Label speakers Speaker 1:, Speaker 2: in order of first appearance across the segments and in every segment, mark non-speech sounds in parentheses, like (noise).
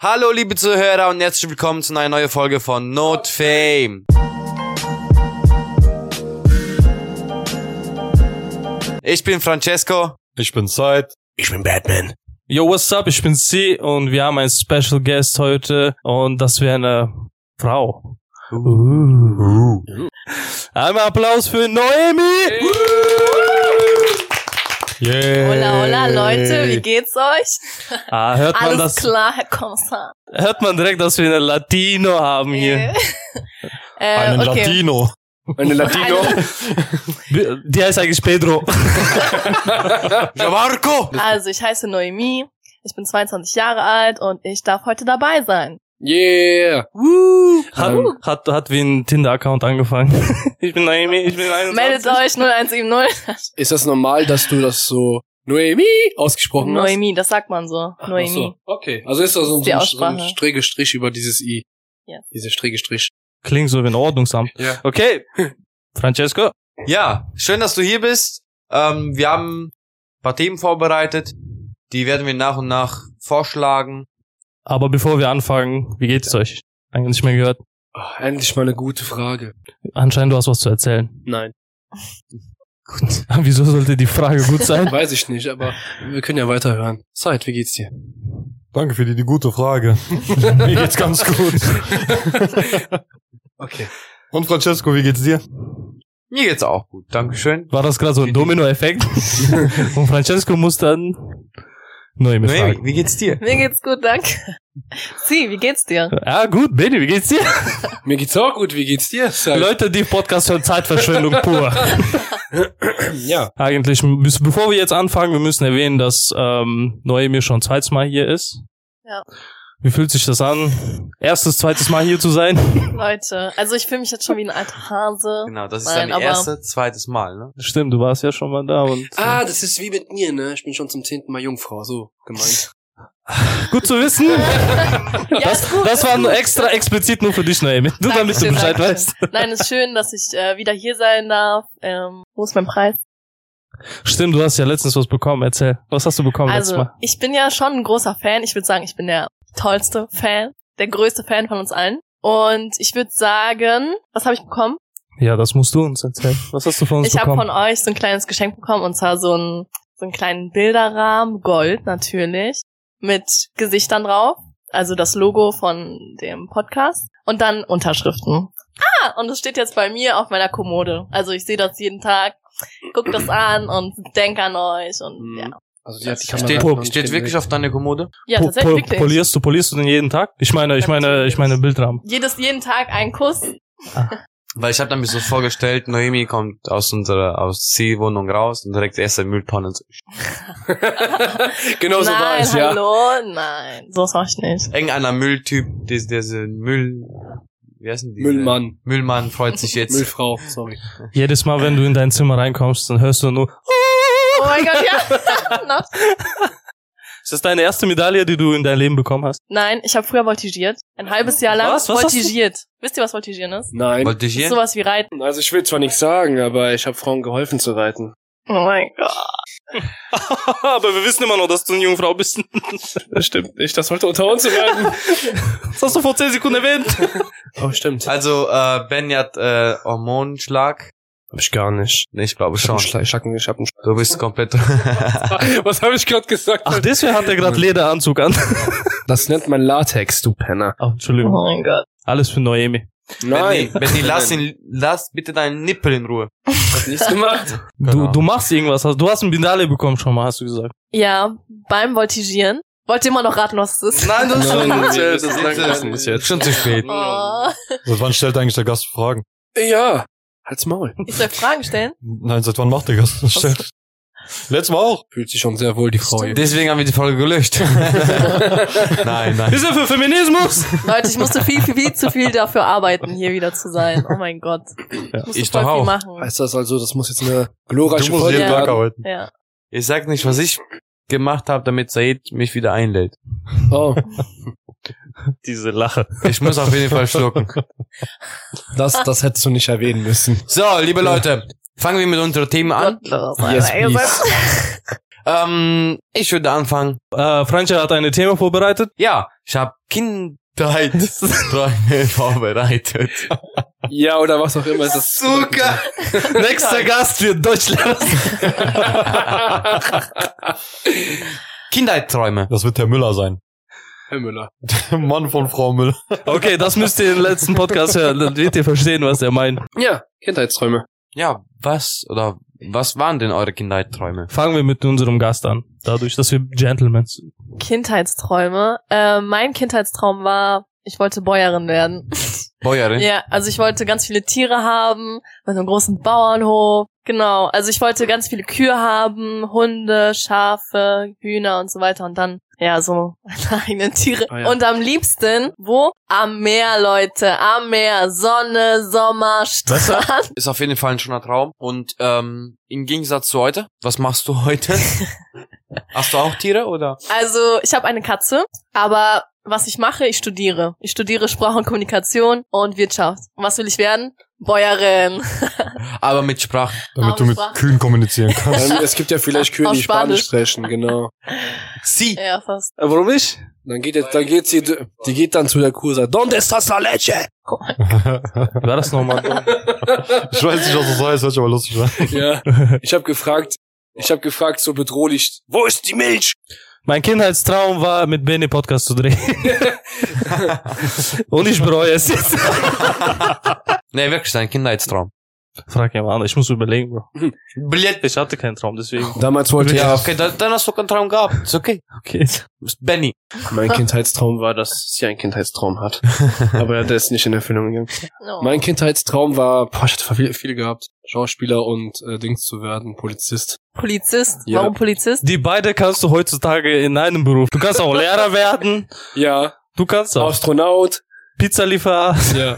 Speaker 1: Hallo liebe Zuhörer und herzlich willkommen zu einer neuen Folge von Not Fame. Ich bin Francesco.
Speaker 2: Ich bin Zeit.
Speaker 3: Ich bin Batman.
Speaker 4: Yo, what's up? Ich bin C und wir haben einen Special Guest heute und das wäre eine Frau. Einmal Applaus für Noemi!
Speaker 2: Yeah.
Speaker 5: Hola, hola, Leute, wie geht's euch?
Speaker 4: Ah, hört man
Speaker 5: Alles
Speaker 4: das?
Speaker 5: klar, Herr Kommissar.
Speaker 4: Hört man direkt, dass wir eine Latino haben hier. (laughs)
Speaker 5: äh,
Speaker 2: Einen
Speaker 5: okay.
Speaker 2: Latino.
Speaker 3: Eine Latino.
Speaker 4: Die heißt eigentlich Pedro.
Speaker 1: Javarko!
Speaker 5: Also, ich heiße Noemi, ich bin 22 Jahre alt und ich darf heute dabei sein.
Speaker 3: Yeah.
Speaker 4: Hat,
Speaker 3: Ähm.
Speaker 4: hat, hat wie ein Tinder-Account angefangen. (laughs) Ich bin Noemi, ich bin 21.
Speaker 5: Meldet
Speaker 4: (laughs)
Speaker 5: euch 0170.
Speaker 3: Ist das normal, dass du das so Noemi ausgesprochen hast?
Speaker 5: Noemi, das sagt man so.
Speaker 3: Ach
Speaker 5: Noemi.
Speaker 3: so, Okay. Also ist das so,
Speaker 5: Ist die
Speaker 3: so, ein- so ein
Speaker 5: Aussprache.
Speaker 3: strige Strich über dieses I.
Speaker 5: Ja.
Speaker 3: Diese strige Strich.
Speaker 4: Klingt so wie ein Ordnungsamt.
Speaker 3: Ja.
Speaker 4: Okay. Francesco?
Speaker 1: Ja, schön, dass du hier bist. Ähm, wir haben ein paar Themen vorbereitet. Die werden wir nach und nach vorschlagen.
Speaker 4: Aber bevor wir anfangen, wie geht's euch? Eigentlich nicht mehr gehört.
Speaker 3: Oh, endlich mal eine gute Frage.
Speaker 4: Anscheinend du hast was zu erzählen.
Speaker 3: Nein.
Speaker 4: (laughs) Wieso sollte die Frage gut sein?
Speaker 3: Weiß ich nicht, aber wir können ja weiterhören. Zeit, wie geht's dir?
Speaker 2: Danke für die, die gute Frage. (laughs) Mir geht's ganz gut.
Speaker 3: Okay.
Speaker 2: Und Francesco, wie geht's dir?
Speaker 1: Mir geht's auch gut. Dankeschön.
Speaker 4: War das gerade so ein
Speaker 2: (laughs)
Speaker 4: Domino-Effekt? Und Francesco muss dann Noemi
Speaker 1: Noemi,
Speaker 4: fragen.
Speaker 1: wie geht's dir?
Speaker 5: Mir geht's gut, danke. (laughs) Sie, wie geht's dir?
Speaker 4: Ja gut, Benny, wie geht's dir?
Speaker 3: Mir geht's auch gut, wie geht's dir? Zeit.
Speaker 4: Leute, die Podcast hören Zeitverschwendung
Speaker 2: (laughs)
Speaker 4: pur.
Speaker 3: Ja.
Speaker 4: Eigentlich, bis- bevor wir jetzt anfangen, wir müssen erwähnen, dass ähm, Noemi schon zweites Mal hier ist.
Speaker 5: Ja.
Speaker 4: Wie fühlt sich das an, erstes, zweites Mal hier zu sein?
Speaker 5: (laughs) Leute, also ich fühle mich jetzt schon wie ein alter Hase.
Speaker 1: Genau, das ist
Speaker 5: Nein,
Speaker 1: dein
Speaker 5: aber-
Speaker 1: erstes, zweites Mal, ne?
Speaker 4: Stimmt, du warst ja schon mal da und
Speaker 3: Ah, das ist wie mit mir, ne? Ich bin schon zum zehnten Mal Jungfrau, so gemeint.
Speaker 4: gut zu wissen.
Speaker 5: Ja,
Speaker 4: Genau. Das, das war nur extra explizit nur für dich, Noemi. Nur damit du
Speaker 5: Dankeschön,
Speaker 4: Bescheid
Speaker 5: Dankeschön.
Speaker 4: weißt.
Speaker 5: Nein, ist schön, dass ich äh, wieder hier sein darf. Ähm, wo ist mein Preis?
Speaker 4: Stimmt, du hast ja letztens was bekommen. Erzähl. Was hast du bekommen letztes
Speaker 5: Also,
Speaker 4: Mal?
Speaker 5: ich bin ja schon ein großer Fan. Ich würde sagen, ich bin der tollste Fan, der größte Fan von uns allen. Und ich würde sagen, was habe ich bekommen?
Speaker 4: Ja, das musst du uns erzählen. Was hast du von uns
Speaker 5: ich habe
Speaker 4: bekommen?
Speaker 5: von euch so ein kleines Geschenk bekommen und zwar so, ein, so einen kleinen Bilderrahmen, Gold natürlich, mit Gesichtern drauf. Also das Logo von dem Podcast und dann Unterschriften. Ah, und es steht jetzt bei mir auf meiner Kommode. Also ich sehe das jeden Tag, guck das an und denk an euch und
Speaker 3: Mhm.
Speaker 5: ja.
Speaker 3: Also die hat die Kamera
Speaker 1: Steht,
Speaker 3: noch nicht
Speaker 1: steht wirklich
Speaker 3: gedreht.
Speaker 1: auf deiner Kommode?
Speaker 5: Ja,
Speaker 4: Po-
Speaker 5: tatsächlich
Speaker 4: po-
Speaker 5: wirklich.
Speaker 4: Polierst du, polierst du den jeden Tag? Ich meine, ich meine, ich meine Bildrahmen.
Speaker 5: Jedes, jeden Tag ein Kuss.
Speaker 1: Weil ich habe mir so vorgestellt, Noemi kommt aus unserer aus Zielwohnung raus und direkt erst der Mülltonne. zu-
Speaker 3: genau so war
Speaker 5: nein,
Speaker 3: es, ja.
Speaker 5: hallo, nein. So mach ich
Speaker 1: (laughs)
Speaker 5: nicht.
Speaker 1: Irgendeiner Mülltyp, der der Müll wie heißen die?
Speaker 3: Müllmann.
Speaker 1: Müllmann freut sich jetzt.
Speaker 3: Müllfrau, sorry.
Speaker 4: Jedes Mal, wenn du in dein Zimmer reinkommst, dann hörst du nur.
Speaker 5: Oh mein Gott, ja. (laughs) Noch.
Speaker 4: Ist das deine erste Medaille, die du in deinem Leben bekommen hast? (laughs)
Speaker 5: Nein, ich habe früher voltigiert. Ein halbes Jahr lang
Speaker 4: Was? Was hast du?
Speaker 5: voltigiert. Wisst ihr, was voltigieren ist?
Speaker 3: Nein.
Speaker 1: Wollte ich
Speaker 5: Das ist
Speaker 1: hier?
Speaker 5: sowas wie Reiten.
Speaker 3: Also ich will zwar nichts sagen, aber ich habe Frauen geholfen zu reiten.
Speaker 5: Oh mein Gott.
Speaker 4: Aber wir wissen immer noch, dass du eine Jungfrau (laughs) bist.
Speaker 3: Das stimmt nicht, das sollte unter uns bleiben.
Speaker 4: Das hast du vor zehn Sekunden erwähnt.
Speaker 3: (laughs) oh, stimmt.
Speaker 1: Also äh, Benny hat äh, Hormonschlag.
Speaker 3: Hab ich gar nicht.
Speaker 1: Nee, ich glaube
Speaker 3: Ich hab
Speaker 1: schon.
Speaker 3: einen Schlag- ich hab einen- ich hab
Speaker 1: (laughs)
Speaker 3: einen Schlag-
Speaker 1: Du bist komplett.
Speaker 3: Was habe ich gerade gesagt?
Speaker 4: Ach, deswegen hat er gerade Lederanzug an.
Speaker 3: das nennt man Latex, du Penner.
Speaker 4: Oh, Entschuldigung.
Speaker 5: Oh mein Gott.
Speaker 4: Alles für Noemi.
Speaker 1: Benny, Benny, lass ihn, lass bitte deinen Nippel in Ruhe.
Speaker 3: hat nichts gemacht.
Speaker 4: Du, du machst irgendwas. Du hast eine Medaille bekommen schon mal, hast du gesagt.
Speaker 5: Ja, beim Voltigieren. Wollt ihr immer noch raten, was es ist?
Speaker 1: Nein, das
Speaker 3: Nein, nein, das ist lang
Speaker 1: ist
Speaker 3: gewesen
Speaker 1: schon,
Speaker 3: bis
Speaker 1: jetzt
Speaker 3: jetzt.
Speaker 1: schon zu spät.
Speaker 5: Oh.
Speaker 2: Seit wann stellt eigentlich der Gast Fragen?
Speaker 3: Ja. Halt's Maul.
Speaker 5: Ich soll Fragen stellen?
Speaker 2: Nein, seit wann macht der Gast das? Stellt. Letztes Mal auch.
Speaker 3: Fühlt sich schon sehr wohl, die Frau hier.
Speaker 1: Deswegen haben wir die Folge gelöscht. (laughs) nein, nein.
Speaker 4: Ist er für Feminismus?
Speaker 5: Leute, ich musste viel, viel, viel zu viel dafür arbeiten, hier wieder zu sein. Oh mein Gott. Ich musste
Speaker 1: Ich
Speaker 5: voll
Speaker 1: doch
Speaker 5: viel
Speaker 1: auch.
Speaker 5: machen.
Speaker 3: Heißt das also, das muss jetzt eine glorreiche
Speaker 2: Du musst
Speaker 3: Folge
Speaker 2: jeden
Speaker 5: Ja.
Speaker 2: Tag
Speaker 3: werden?
Speaker 2: arbeiten.
Speaker 5: Ja.
Speaker 1: Ich sag nicht, was ich gemacht habe, damit Said mich wieder einlädt.
Speaker 3: Oh,
Speaker 4: Diese Lache.
Speaker 1: Ich muss auf jeden Fall
Speaker 4: (laughs)
Speaker 1: schlucken.
Speaker 3: das, das hättest du nicht erwähnen müssen.
Speaker 1: So, liebe Leute, fangen wir mit unseren Themen an.
Speaker 5: Gottlos.
Speaker 3: Yes,
Speaker 5: Alter. Ihr
Speaker 3: please.
Speaker 5: seid-
Speaker 1: Ähm, ich würde anfangen.
Speaker 4: Äh, Francia hat ein Thema vorbereitet.
Speaker 1: Ja, ich habe
Speaker 4: (laughs)
Speaker 1: Kindheitsträume vorbereitet.
Speaker 3: Ja, oder was auch immer. Es
Speaker 1: (laughs)
Speaker 3: Ist
Speaker 1: Zucker!
Speaker 4: Nächster Gast für Deutschland.
Speaker 1: (laughs) Kindheitsträume.
Speaker 2: Das wird Herr Müller sein.
Speaker 3: Herr Müller.
Speaker 2: (laughs) Mann von Frau Müller.
Speaker 4: Okay, das müsst ihr im letzten Podcast hören. Dann wird ihr verstehen, was er meint.
Speaker 3: Ja, Kindheitsträume.
Speaker 1: Ja, was oder was waren denn eure Kindheitsträume?
Speaker 4: Fangen wir mit unserem Gast an. Dadurch, dass wir Gentlemen sind.
Speaker 5: Kindheitsträume. Äh, mein Kindheitstraum war, ich wollte Bäuerin werden.
Speaker 1: Bäuerin?
Speaker 5: Ja, also ich wollte ganz viele Tiere haben, mit einem großen Bauernhof. Genau, also ich wollte ganz viele Kühe haben, Hunde, Schafe, Hühner und so weiter und dann, ja, so (laughs) meine eigenen Tiere.
Speaker 3: Ah, ja.
Speaker 5: Und am liebsten, wo? Am Meer, Leute, am Meer, Sonne, Sommer, Strand.
Speaker 1: Ist auf jeden Fall ein schöner Traum. Und ähm, im Gegensatz zu heute, was machst du
Speaker 2: (laughs)
Speaker 1: heute? Hast du auch Tiere oder?
Speaker 5: Also ich habe eine Katze, aber was ich mache, ich studiere. Ich studiere Sprache und Kommunikation und Wirtschaft. Und was will ich werden?
Speaker 4: (laughs)
Speaker 5: Bäuerin.
Speaker 1: Aber mit Sprache.
Speaker 2: Damit du mit
Speaker 5: Aussprache.
Speaker 2: Kühen (laughs) kommunizieren
Speaker 5: (laughs)
Speaker 2: kannst.
Speaker 3: Ähm, es gibt ja vielleicht Kühe,
Speaker 5: Auf
Speaker 3: die Spanisch
Speaker 5: Spanisch.
Speaker 3: sprechen, genau.
Speaker 1: Sie.
Speaker 5: ja, fast.
Speaker 4: Warum nicht?
Speaker 3: Dann geht jetzt, dann geht sie, die geht dann zu der Kuh und sagt, Donde estás la leche?
Speaker 4: Wie war das nochmal?
Speaker 2: ich weiß nicht, was das heißt, hört sich aber lustig an.
Speaker 3: Ja. (laughs) Ich habe gefragt, ich habe gefragt, so bedrohlich, wo ist die Milch?
Speaker 4: mein Kindheitstraum war, mit Benny Podcast zu (laughs) drehen. Und ich bereue es jetzt.
Speaker 1: Nee, wirklich dein Kindheitstraum.
Speaker 4: Frag ja mal an, ich muss überlegen, Bro.
Speaker 1: Blöd.
Speaker 4: Ich hatte keinen Traum, deswegen.
Speaker 3: Damals wollte
Speaker 1: Ja,
Speaker 3: ja,
Speaker 1: okay, dann, dann hast du keinen Traum gehabt. Ist okay.
Speaker 4: Okay.
Speaker 1: Ist Benny.
Speaker 3: mein Kindheitstraum war, dass sie einen Kindheitstraum hat. Aber der ist nicht in Erfüllung gegangen.
Speaker 5: Oh.
Speaker 3: Mein Kindheitstraum war, boah, ich hatte viel, viel gehabt, Schauspieler und äh, Dings zu werden, Polizist.
Speaker 5: Polizist.
Speaker 3: Ja.
Speaker 5: Warum Polizist?
Speaker 4: Die beide kannst du heutzutage in einem Beruf. Du kannst auch Lehrer werden.
Speaker 3: Ja,
Speaker 4: Du kannst auch
Speaker 3: Astronaut.
Speaker 4: Pizzalieferer.
Speaker 3: Ja.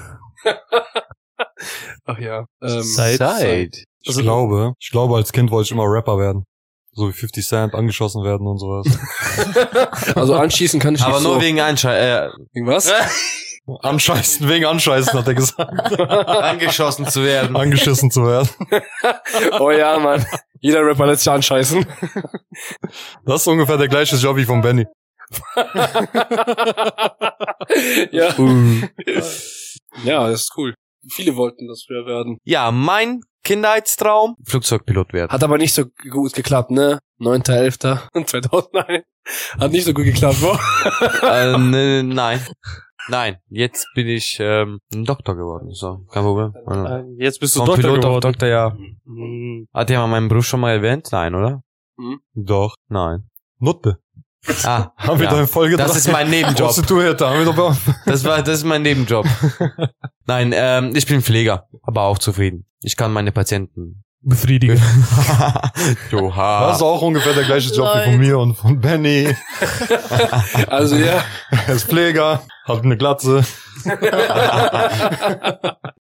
Speaker 3: (laughs) Ach ja. Ähm,
Speaker 1: halt
Speaker 4: Zeit.
Speaker 2: Ich glaube, ich glaube, als Kind wollte ich immer Rapper werden. So wie 50 Cent, angeschossen werden und sowas.
Speaker 3: also anschießen kann ich
Speaker 1: Aber
Speaker 3: nicht
Speaker 1: nur
Speaker 3: so.
Speaker 1: wegen Einschei äh,
Speaker 3: Irgendwas?
Speaker 2: Anscheißen, wegen Anscheißen, hat er
Speaker 1: (laughs)
Speaker 2: gesagt.
Speaker 1: äh, angeschossen zu werden.
Speaker 2: (laughs) Angeschissen zu werden.
Speaker 3: Oh ja, Mann. Jeder Rapper lässt sich anscheißen.
Speaker 2: Das ist ungefähr der gleiche Job wie von Benny.
Speaker 3: ja. ja, das ist cool. Viele wollten das früher werden.
Speaker 1: Ja, mein Kindheitstraum. Flugzeugpilot werden.
Speaker 3: Hat aber nicht so gut geklappt, ne? (laughs) 9.11.2001. Hat nicht so gut geklappt, wo?
Speaker 1: (laughs) äh, ne, nein. Nein, jetzt bin ich ähm, ein Doktor geworden. So, kein Problem. Ja.
Speaker 4: Äh, Jetzt bist du
Speaker 1: Und
Speaker 4: Doktor
Speaker 1: Pilot auch
Speaker 4: geworden.
Speaker 1: Doktor, ja.
Speaker 4: Hm.
Speaker 1: Hat jemand meinen Beruf schon mal erwähnt? Nein, oder?
Speaker 2: Doch. (laughs)
Speaker 1: Nein.
Speaker 2: Nutte.
Speaker 1: Ah,
Speaker 2: Haben wir
Speaker 1: ja.
Speaker 2: da in Folge
Speaker 1: das ist
Speaker 2: (laughs)
Speaker 1: mein Nebenjob.
Speaker 2: Prostituierte, haben wir doch bei
Speaker 1: Das war, das ist mein
Speaker 2: (laughs)
Speaker 1: Nebenjob. Nein, ähm, ich bin Pfleger, aber auch zufrieden. Ich kann meine Patienten.
Speaker 2: (laughs)
Speaker 4: Befriedigen. (laughs)
Speaker 2: Das
Speaker 1: Joha.
Speaker 2: ist auch ungefähr der gleiche Job wie
Speaker 5: Leute.
Speaker 2: von mir und von Benny.
Speaker 3: Also ja.
Speaker 2: Er ist Pfleger, hat eine Glatze.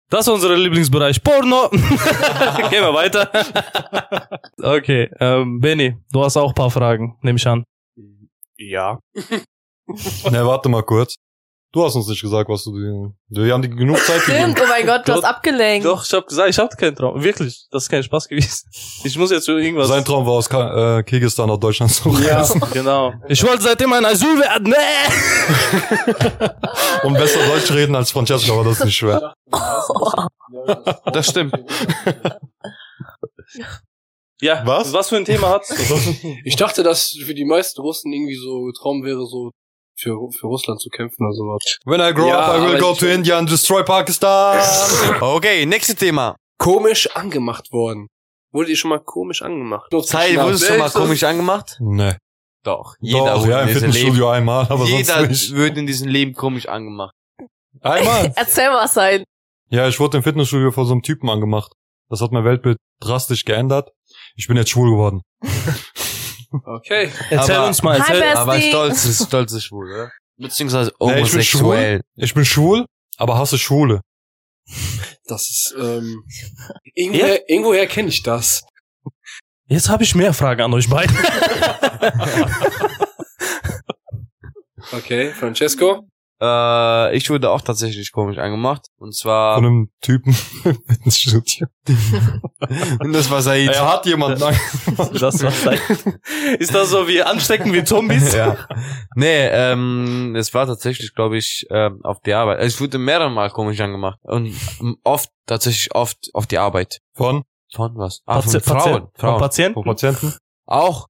Speaker 4: Das ist unser Lieblingsbereich (laughs) Porno. Gehen wir weiter. Okay, ähm, Benny, du hast auch ein paar Fragen, nehme ich an.
Speaker 3: Ja.
Speaker 2: Ne, warte mal kurz. Du hast uns nicht gesagt, was du dir... Wir haben dir genug Zeit gegeben.
Speaker 5: Stimmt, oh mein Gott, du hast
Speaker 4: Doch,
Speaker 5: abgelenkt.
Speaker 4: Doch, ich habe gesagt, ich hatte keinen Traum. Wirklich, das ist kein Spaß gewesen. Ich muss jetzt für irgendwas.
Speaker 2: Sein Traum war aus Ka äh, Kirgistan nach Deutschland zu
Speaker 3: Ja.
Speaker 2: reisen,
Speaker 4: (laughs) Genau. Ich wollte seitdem ein Asyl werden. ne? Nee.
Speaker 2: um besser Deutsch reden als Francesco, aber das ist nicht schwer.
Speaker 3: (laughs)
Speaker 1: Das stimmt.
Speaker 4: Ja.
Speaker 2: Was?
Speaker 4: Was für ein Thema hat's?
Speaker 3: Ich dachte, dass für die meisten Russen irgendwie so Traum wäre, so für, für Russland zu kämpfen oder sowas.
Speaker 2: When I grow
Speaker 3: Ja,
Speaker 2: up, I
Speaker 3: aber
Speaker 2: will go
Speaker 3: ich-
Speaker 2: to India and destroy Pakistan.
Speaker 1: Okay, nächstes Thema.
Speaker 3: Komisch angemacht worden. Wurde ihr schon mal komisch angemacht?
Speaker 1: Zeit, wurdest du mal komisch angemacht?
Speaker 2: Nee.
Speaker 1: Doch. Jeder
Speaker 2: Doch,
Speaker 1: wurde
Speaker 2: ja, im
Speaker 1: in diesem Leben.
Speaker 2: Fitnessstudio einmal, aber
Speaker 1: Jeder
Speaker 2: sonst nicht.
Speaker 1: wird in diesem Leben komisch angemacht.
Speaker 2: Einmal?
Speaker 5: Erzähl mal sein.
Speaker 2: Ja, ich wurde im Fitnessstudio vor so einem Typen angemacht. Das hat mein Weltbild drastisch geändert. Ich bin jetzt schwul geworden.
Speaker 3: Okay.
Speaker 4: Erzähl
Speaker 1: Aber-
Speaker 4: uns mal. Erzähl.
Speaker 5: Hi, Bestie.
Speaker 1: Aber stolz ist, stolz ist schwul, oder? Beziehungsweise
Speaker 2: Nee, ich bin schwul.
Speaker 1: homosexuell.
Speaker 2: Ich bin schwul, aber hasse Schwule.
Speaker 3: Das ist,
Speaker 1: (laughs)
Speaker 3: ähm, irgendwoher, irgendwoher kenne ich das.
Speaker 4: Jetzt habe ich mehr Fragen an euch beide.
Speaker 3: Okay, Francesco.
Speaker 1: Äh, ich wurde auch tatsächlich komisch angemacht. Und zwar,
Speaker 2: Von einem Typen (laughs) im Fitnessstudio.
Speaker 1: und das war Said.
Speaker 2: Er hat jemanden an.
Speaker 4: (laughs) Das war (laughs) Ist das so wie anstecken wie Zombies?
Speaker 1: ja. Nee, ähm, es war tatsächlich, glaube ich, ähm, auf die Arbeit. Also ich wurde mehrere Mal komisch angemacht. Und ähm, oft, tatsächlich oft auf die Arbeit.
Speaker 2: Von,
Speaker 1: Von was? Ah, von
Speaker 4: Pati-
Speaker 1: Frauen.
Speaker 4: Pati- Von
Speaker 1: Frauen.
Speaker 4: Patienten?
Speaker 2: von Patienten.
Speaker 1: Auch.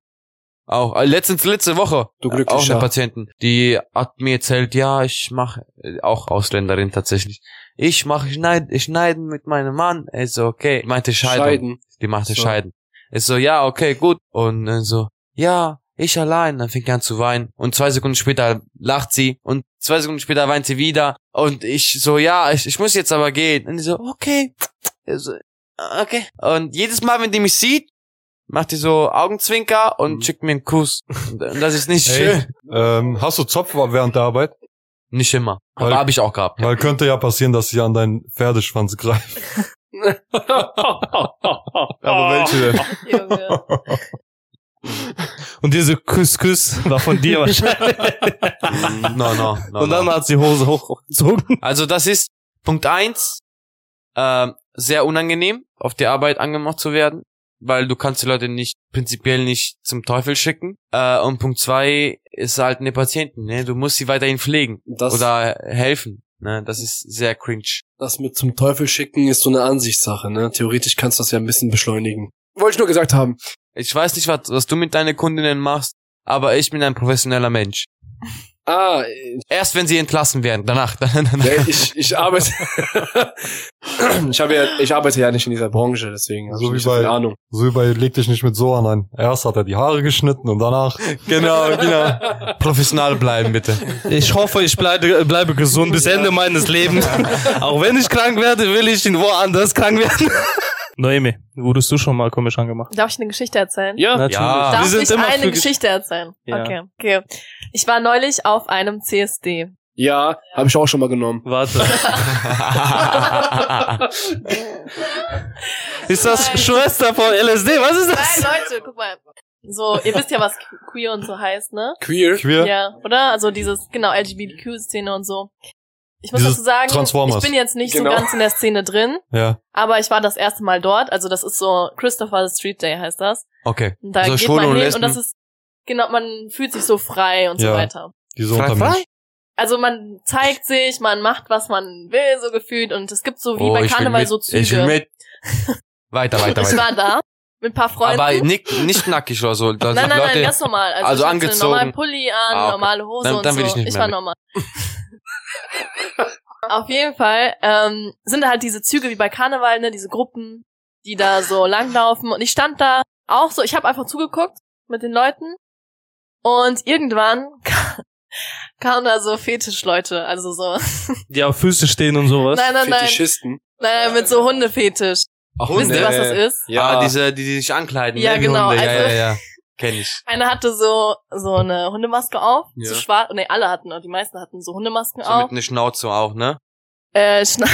Speaker 1: Auch. Äh, Letztens, letzte Woche.
Speaker 3: Du
Speaker 1: Auch eine
Speaker 3: glücklicher.
Speaker 1: Patientin. Die hat mir erzählt, ja, ich mache, äh, auch Ausländerin tatsächlich. Ich mache Schneid, Schneiden mit meinem Mann. Ist so, okay. Meinte Scheidung.
Speaker 3: Scheiden.
Speaker 1: Die machte
Speaker 3: So.
Speaker 1: Scheiden. Ist so, ja, okay, gut. Und dann so, ja, ich allein. Dann fing er an zu weinen. Und zwei Sekunden später lacht sie. Und zwei Sekunden später weint sie wieder. Und ich so, ja, ich, ich muss jetzt aber gehen. Und die so, okay. Ich so, okay. Und jedes Mal, wenn die mich sieht, macht die so Augenzwinker und
Speaker 3: Mhm.
Speaker 1: schickt mir einen Kuss. Und, und das ist nicht
Speaker 2: Ey,
Speaker 1: schön.
Speaker 2: ähm, hast du Zopf während der Arbeit?
Speaker 1: Nicht immer.
Speaker 2: Weil-
Speaker 1: Aber habe ich auch
Speaker 2: (laughs)
Speaker 1: gehabt.
Speaker 2: Weil könnte ja passieren, dass sie an deinen Pferdeschwanz greift.
Speaker 4: Aber
Speaker 2: welche denn?
Speaker 4: (laughs)
Speaker 5: Junge.
Speaker 4: Und diese Küss, Küss war von (laughs) dir wahrscheinlich.
Speaker 1: No, no, no,
Speaker 4: Und
Speaker 1: no.
Speaker 4: dann hat sie Hose (laughs) hochgezogen.
Speaker 1: Also das ist Punkt eins ähm, sehr unangenehm, auf die Arbeit angemacht zu werden, weil du kannst die Leute nicht prinzipiell nicht zum Teufel schicken. Äh, und Punkt zwei ist halt eine Patienten, ne? Du musst sie weiterhin pflegen
Speaker 3: Das,
Speaker 1: oder helfen. Ne? Das ist sehr cringe.
Speaker 3: das mit zum Teufel schicken ist so eine Ansichtssache, ne? Theoretisch kannst du das ja ein bisschen beschleunigen. Wollte ich nur gesagt haben.
Speaker 1: Ich weiß nicht, was, was du mit deinen Kundinnen machst, aber ich bin ein professioneller Mensch.
Speaker 3: Ah, äh,
Speaker 1: Erst wenn sie entlassen werden, danach. (laughs) Dann, dann,
Speaker 3: ja, ich, ich arbeite. (clears throat) ich habe ja, ich arbeite ja nicht in dieser Branche, deswegen habe
Speaker 2: So
Speaker 3: ich
Speaker 2: wie
Speaker 3: nicht so viel
Speaker 2: bei-
Speaker 3: Ahnung.
Speaker 2: So überleg dich nicht mit so an ein. Erst hat er die Haare geschnitten und danach.
Speaker 1: genau, genau. Professional bleiben, bitte.
Speaker 4: Ich hoffe, ich bleibe, bleibe gesund bis Ende meines Lebens. (laughs) Auch wenn ich krank werde, will ich in woanders krank werden. (laughs) Noemi, wurdest du schon mal komisch angemacht?
Speaker 5: Darf ich eine Geschichte erzählen?
Speaker 3: Ja,
Speaker 4: Natürlich.
Speaker 1: Ja.
Speaker 5: Darf
Speaker 4: Wir sind
Speaker 5: ich
Speaker 4: immer
Speaker 5: eine
Speaker 4: für-
Speaker 5: Geschichte erzählen?
Speaker 4: Ja.
Speaker 5: Okay, okay. Ich war neulich auf einem CSD.
Speaker 3: ja, habe ich auch schon mal genommen.
Speaker 4: Warte. (laughs) Ist das
Speaker 5: Nein.
Speaker 4: Schwester von LSD? Was ist das?
Speaker 5: Nein, Leute, guck mal. So, ihr wisst ja, was queer und so heißt, ne?
Speaker 3: Queer.
Speaker 2: Queer.
Speaker 5: Ja, oder? Also dieses, genau, LGBTQ-Szene und so. Ich muss
Speaker 2: Dieses
Speaker 5: dazu sagen,
Speaker 2: Transformers.
Speaker 5: ich bin jetzt nicht
Speaker 3: Genau.
Speaker 5: so ganz in der Szene drin,
Speaker 2: Ja.
Speaker 5: aber ich war das erste Mal dort. Also das ist so Christopher the Street Day heißt das.
Speaker 1: Okay.
Speaker 5: Und da
Speaker 1: Also
Speaker 5: geht
Speaker 1: Schwule
Speaker 5: man
Speaker 1: und
Speaker 5: hin
Speaker 1: Lesben.
Speaker 5: und das ist, genau, man fühlt sich so frei und
Speaker 2: Ja.
Speaker 5: so weiter.
Speaker 2: Diese
Speaker 1: Frei,
Speaker 2: Untermensch.
Speaker 5: Also man zeigt sich, man macht, was man will, so gefühlt. Und es gibt so wie
Speaker 1: Oh,
Speaker 5: bei
Speaker 1: ich will
Speaker 5: Karneval
Speaker 1: mit,
Speaker 5: so Züge.
Speaker 1: Ich will mit. Weiter,
Speaker 5: (laughs)
Speaker 1: weiter,
Speaker 5: Ich
Speaker 1: weiter.
Speaker 5: war da mit ein paar Freunden.
Speaker 1: Aber nicht, nicht nackig oder so. Da
Speaker 5: nein,
Speaker 1: sind
Speaker 5: nein,
Speaker 1: Leute,
Speaker 5: nein, ganz normal. Also,
Speaker 1: Also
Speaker 5: ich hatte
Speaker 1: angezogen.
Speaker 5: normalen Pulli an,
Speaker 1: Ah, okay.
Speaker 5: normale Hose
Speaker 1: Dann-
Speaker 5: und
Speaker 1: dann
Speaker 5: so.
Speaker 1: will ich nicht mehr
Speaker 5: war
Speaker 1: mit.
Speaker 5: normal. (laughs) Auf jeden Fall ähm, sind da halt diese Züge wie bei Karneval, ne, diese Gruppen, die da so langlaufen. Und ich stand da auch so, ich habe einfach zugeguckt mit den Leuten. Und irgendwann (laughs) kamen da so Fetischleute, also so.
Speaker 4: Die auf Füße stehen und sowas.
Speaker 5: Nein, nein, nein.
Speaker 3: Fetischisten.
Speaker 5: Nein, mit so Hundefetisch.
Speaker 1: Ach,
Speaker 5: Wisst ihr, was das ist?
Speaker 1: Ja,
Speaker 3: Ja.
Speaker 1: diese, Ah, die, die sich ankleiden.
Speaker 5: Ja,
Speaker 1: ne, wie
Speaker 5: genau,
Speaker 1: Hunde. Ja,
Speaker 5: also-
Speaker 1: ja,
Speaker 5: (laughs)
Speaker 1: ja. Kenn ich.
Speaker 5: Einer hatte so so eine Hundemaske auf,
Speaker 1: Ja.
Speaker 5: so schwarz. Ne, alle hatten, die meisten hatten so Hundemasken
Speaker 1: So
Speaker 5: auf.
Speaker 1: mit einer Schnauze auch, ne?
Speaker 5: Äh, Schna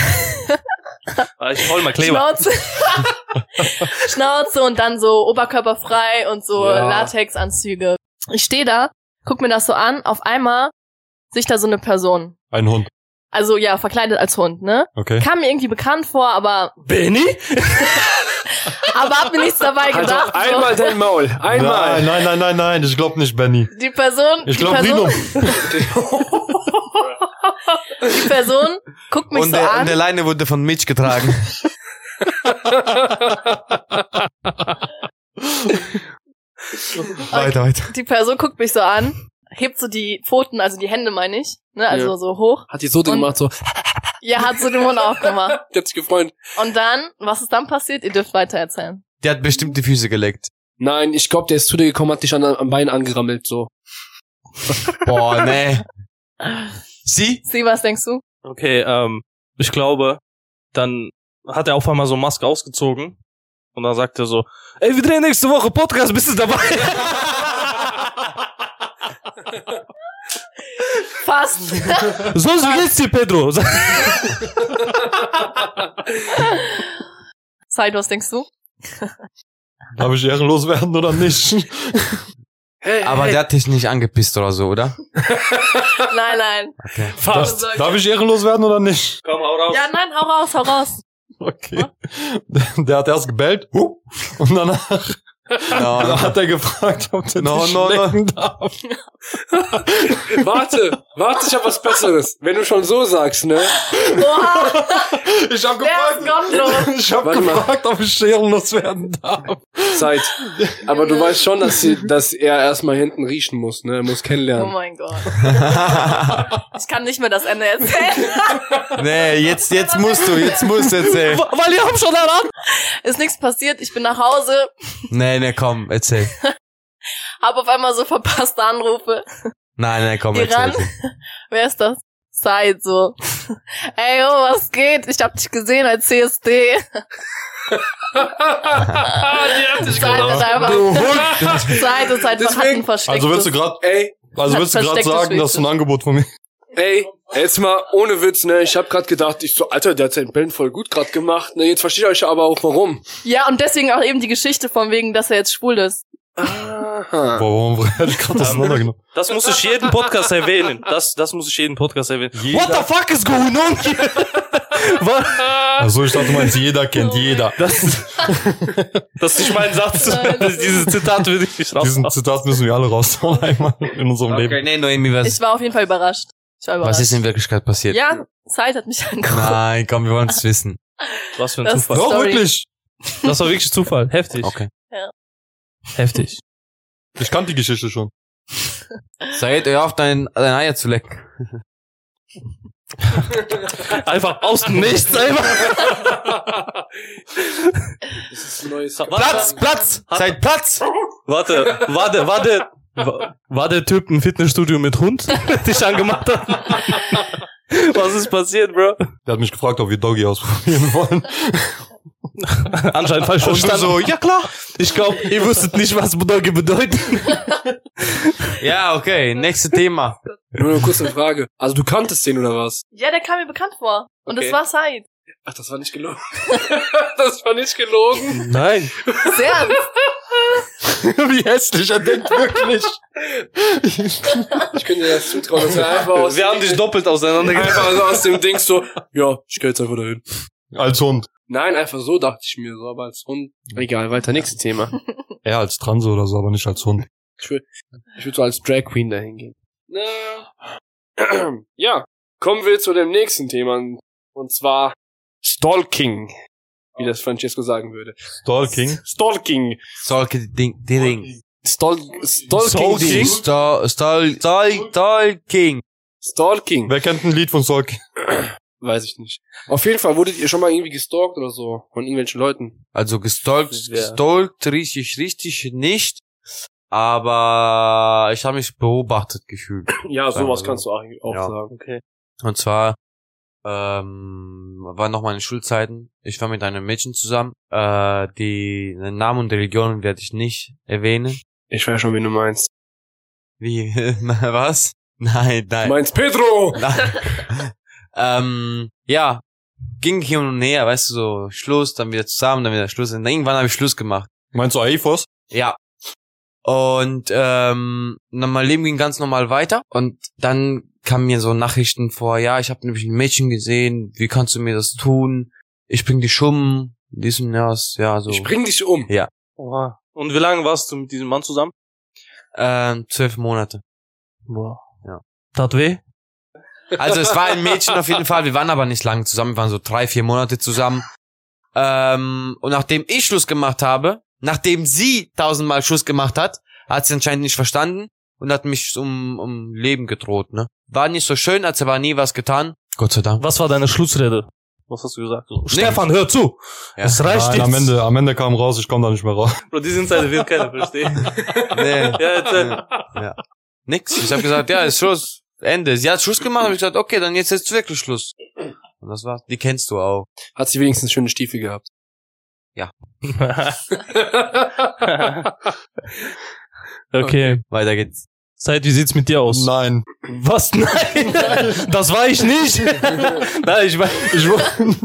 Speaker 4: Ah, Ich hol mal Kleber.
Speaker 5: Schnauze. Schnauze und dann so oberkörperfrei und so
Speaker 3: Ja.
Speaker 5: Latexanzüge. Ich stehe da, guck mir das so an, auf einmal sich da so eine Person.
Speaker 2: Ein Hund.
Speaker 5: Also ja, verkleidet als Hund, ne?
Speaker 2: Okay.
Speaker 5: Kam mir irgendwie bekannt vor, aber
Speaker 4: Benny?
Speaker 5: aber hab mir nichts dabei
Speaker 3: Halt
Speaker 5: gedacht.
Speaker 3: doch einmal dein Maul. Einmal.
Speaker 2: Nein, nein, nein, nein, nein. Ich glaub nicht, Benny.
Speaker 5: So. Die Person,
Speaker 2: Ich
Speaker 5: die
Speaker 2: glaub Rino.
Speaker 5: Person, (laughs) die Person guckt mich
Speaker 1: Und
Speaker 5: so
Speaker 1: der,
Speaker 5: an.
Speaker 1: und der Leine wurde von Mitch
Speaker 5: (laughs)
Speaker 1: getragen. weiter, weiter.
Speaker 5: die Person guckt mich so an, hebt so die Pfoten, also die Hände meine ich, ne, also
Speaker 3: Ja.
Speaker 5: so hoch.
Speaker 3: Hat die so
Speaker 5: Und-
Speaker 3: gemacht, so.
Speaker 5: Ja, hat so den Mund aufgemacht.
Speaker 3: Die hat sich gefreut.
Speaker 5: Und dann, was ist dann passiert? Ihr dürft weiter erzählen.
Speaker 1: Der hat bestimmt die Füße geleckt.
Speaker 3: Nein, ich glaube, der ist zu dir gekommen, hat dich an, am Bein angerammelt, so.
Speaker 1: Boah,
Speaker 5: (laughs)
Speaker 1: ne. Sie?
Speaker 5: Sie, was denkst du?
Speaker 4: Okay, ähm, ich glaube, dann hat er auf einmal so Maske ausgezogen und dann sagt er so, ey, wir drehen nächste Woche Podcast, bist du (laughs) dabei?
Speaker 5: Fast.
Speaker 2: (laughs)
Speaker 4: Sonst wie geht's dir, Pedro?
Speaker 5: Zeit, was denkst du?
Speaker 1: (laughs)
Speaker 2: Darf ich ehrenlos werden oder nicht?
Speaker 3: Hey,
Speaker 1: Aber der hat dich nicht angepisst oder so, oder?
Speaker 5: Nein, nein.
Speaker 1: Okay.
Speaker 2: Fast. Darf ich ehrenlos werden oder nicht?
Speaker 4: Komm, hau raus.
Speaker 5: Ja, nein, hau raus, hau raus.
Speaker 2: Okay. Der hat erst gebellt. huh, Und danach
Speaker 1: (laughs) No.
Speaker 2: hat er gefragt, ob der
Speaker 1: No,
Speaker 2: dich
Speaker 1: no, no.
Speaker 2: lecken darf.
Speaker 3: Warte, warte, ich hab was Besseres. Wenn du schon so sagst, ne?
Speaker 5: Oha,
Speaker 2: Ich hab
Speaker 5: der ist
Speaker 2: gefragt.
Speaker 5: gottlos.
Speaker 2: (laughs) Ich hab
Speaker 3: Warte mal.
Speaker 2: gefragt, ob ich ehrenlos werden darf.
Speaker 3: Zeit. Aber du weißt schon, dass, sie, dass er erstmal hinten riechen muss, ne? Er muss
Speaker 5: Oh
Speaker 3: kennenlernen.
Speaker 5: mein Gott. Ich kann nicht mehr das Ende erzählen.
Speaker 1: nee, jetzt, jetzt musst du, jetzt musst du
Speaker 5: (laughs)
Speaker 1: erzählen.
Speaker 4: Weil ihr habt schon erraten.
Speaker 5: Ist nichts passiert, ich bin nach Hause,
Speaker 1: Nee, nee, komm, erzähl.
Speaker 5: habe auf einmal so verpasste Anrufe.
Speaker 1: Nein, nee, komm,
Speaker 5: Iran?
Speaker 1: erzähl.
Speaker 5: Wer ist das? Zeit so. Ey, oh, was geht? Ich hab dich gesehen als CSD. Zeit ist einfach, Zeit ist einfach
Speaker 3: Deswegen-
Speaker 5: Hacken versteckt.
Speaker 2: Also willst du gerade,
Speaker 3: Ey,
Speaker 2: also willst du gerade
Speaker 5: Verstecktes
Speaker 2: sagen, dass du ein Angebot von mir?
Speaker 3: ey, jetzt mal ohne Witz, ne? Ich hab grad gedacht, ich so, Alter, der hat seinen Bällen voll gut grad gemacht, ne? Jetzt verstehe ich euch aber auch warum.
Speaker 5: ja, und deswegen auch eben die Geschichte von wegen, dass er jetzt schwul ist.
Speaker 3: Aha.
Speaker 2: Boah, warum hätte ich gerade
Speaker 1: Ähm,
Speaker 2: auseinandergenommen?
Speaker 4: Das muss ich jeden Podcast erwähnen. Das, das muss ich jeden Podcast erwähnen.
Speaker 2: Jeder-
Speaker 4: What the fuck is going on here?
Speaker 1: (laughs)
Speaker 4: Wa-
Speaker 2: Also ich dachte, du meinst, jeder
Speaker 1: (laughs)
Speaker 2: kennt jeder.
Speaker 4: das, das ist nicht mein (laughs) Satz.
Speaker 5: Nein, das ist-
Speaker 4: Dieses Zitat würde ich nicht
Speaker 2: Diesen
Speaker 4: raus.
Speaker 2: Zitat müssen wir alle raushauen einmal in unserem
Speaker 1: Okay,
Speaker 2: Leben.
Speaker 1: nee, Noemi, was,
Speaker 5: Ich war auf jeden Fall überrascht. Ich war überrascht.
Speaker 1: Also was ist in Wirklichkeit passiert?
Speaker 5: Ja, Zeit hat mich (laughs) angerufen.
Speaker 1: Nein, komm, wir wollen es wissen.
Speaker 4: Was für ein
Speaker 5: Das-
Speaker 4: Zufall.
Speaker 2: Doch,
Speaker 5: Sorry.
Speaker 2: wirklich.
Speaker 4: Das war wirklich Zufall. Heftig.
Speaker 1: Okay.
Speaker 4: Heftig.
Speaker 2: Ich kannte die Geschichte schon.
Speaker 1: Said, hör auf, dein, dein Eier zu lecken.
Speaker 4: Einfach aus dem Nichts einfach.
Speaker 3: Das ist ein neues
Speaker 4: Platz, Platz.
Speaker 1: Said, Platz!
Speaker 4: Warte, warte, warte. Wa- War der Typ ein Fitnessstudio mit Hund, (laughs) der dich angemacht hat? Was ist passiert, Bro?
Speaker 2: Der hat mich gefragt, ob wir Doggy ausprobieren wollen.
Speaker 4: Anscheinend falsch
Speaker 2: Und du
Speaker 4: verstanden.
Speaker 2: so, ja klar.
Speaker 4: Ich glaube, ihr wüsstet nicht, was Bulldogge bedeutet.
Speaker 1: Ja, okay, nächstes Thema.
Speaker 3: Nur eine kurze Frage. Also du kanntest den oder was?
Speaker 5: Ja, der kam mir bekannt vor. Und
Speaker 3: Okay.
Speaker 5: es war Zeit.
Speaker 3: Ach, das war nicht gelogen. (laughs) das war nicht
Speaker 4: (laughs)
Speaker 3: gelogen.
Speaker 4: Nein.
Speaker 5: Sehr.
Speaker 2: Wie hässlich, er denkt wirklich.
Speaker 3: Ich könnte dir das zutrauen, dass er einfach aus,
Speaker 4: Wir haben dich doppelt auseinandergebracht.
Speaker 3: einfach so aus dem Ding so, ja, ich geh jetzt einfach dahin.
Speaker 2: Als Hund.
Speaker 3: Nein, einfach so dachte ich mir so, aber als Hund. Egal, weiter, nächstes Thema.
Speaker 2: Er als Transe oder so, aber nicht als Hund.
Speaker 3: Ich würde so als Drag Queen dahin gehen. Na. (clears throat) Ja, kommen wir zu dem nächsten Thema. Und zwar Stalking. Wie das Francesco sagen würde.
Speaker 2: Stalking.
Speaker 3: Stalking.
Speaker 1: Solke Ding, die Ding.
Speaker 3: Stol Stalking.
Speaker 4: Stalking?
Speaker 3: Ding.
Speaker 1: Stall, Stall, Stall, Stalking.
Speaker 3: Stalking.
Speaker 2: Wer kennt ein Lied von Stalking?
Speaker 3: Weiß ich nicht. Auf jeden Fall wurdet ihr schon mal irgendwie gestalkt oder so. Von irgendwelchen Leuten.
Speaker 1: Also gestalkt,
Speaker 3: Ja.
Speaker 1: gestalkt richtig, richtig nicht. Aber ich habe mich beobachtet gefühlt.
Speaker 3: Ja,
Speaker 1: Sagen
Speaker 3: sowas
Speaker 1: wir so.
Speaker 3: kannst du auch, auch
Speaker 1: Ja.
Speaker 3: sagen. Okay.
Speaker 1: Und zwar ähm, waren noch meine Schulzeiten. Ich war mit einem Mädchen zusammen, äh, die den Namen und die Religion werde ich nicht erwähnen.
Speaker 3: Ich weiß schon, wen du meinst.
Speaker 1: Wie (laughs) na, was? Nein,
Speaker 3: Du
Speaker 1: nein.
Speaker 3: meinst Pedro!
Speaker 1: (laughs) Nein. ähm, ja, ging hier und näher, weißt du, so Schluss, dann wieder zusammen, dann wieder Schluss. Und irgendwann habe ich Schluss gemacht.
Speaker 2: Meinst du Aifos?
Speaker 1: Ja. Und ähm, dann mein Leben ging ganz normal weiter. Und dann kamen mir so Nachrichten vor, ja, ich habe nämlich ein Mädchen gesehen, wie kannst du mir das tun? Ich bring dich um, dies und das, ja, so.
Speaker 3: Ich bring dich um.
Speaker 4: Oha. Und wie lange warst du mit diesem Mann zusammen?
Speaker 1: Ähm, zwölf Monate.
Speaker 4: Boah.
Speaker 1: Ja.
Speaker 4: Tat weh?
Speaker 1: Also es war ein Mädchen auf jeden Fall. Wir waren aber nicht lange zusammen. Wir waren so drei, vier Monate zusammen. Ähm, und nachdem ich Schluss gemacht habe, nachdem sie tausendmal Schluss gemacht hat, hat sie anscheinend nicht verstanden und hat mich um, um Leben gedroht. Ne? War nicht so schön, als er war nie was getan. Gott sei Dank.
Speaker 4: Was war deine Schlussrede? Was hast du gesagt? So, Stefan, hör zu!
Speaker 1: Ja.
Speaker 4: Es reicht
Speaker 2: Nein,
Speaker 4: jetzt.
Speaker 2: am Ende, am Ende kam raus, ich komme da nicht mehr raus.
Speaker 4: Bro, diese Insider wird keiner verstehen.
Speaker 1: Nee.
Speaker 4: Ja, erzähl.
Speaker 1: ja. Nix. Ich habe gesagt, ja, ist Schluss. Ende. Sie hat Schluss gemacht und ich gesagt, okay, dann jetzt ist wirklich Schluss. Und das war's. Die kennst du auch.
Speaker 3: (laughs) Hat sie wenigstens schöne Stiefel gehabt.
Speaker 4: okay.
Speaker 1: Weiter geht's.
Speaker 4: Zeit, wie sieht's mit dir aus?
Speaker 2: Nein.
Speaker 4: Was? (laughs) Nein! Das war ich
Speaker 3: (laughs)
Speaker 4: nicht! Nein, ich war. Ich war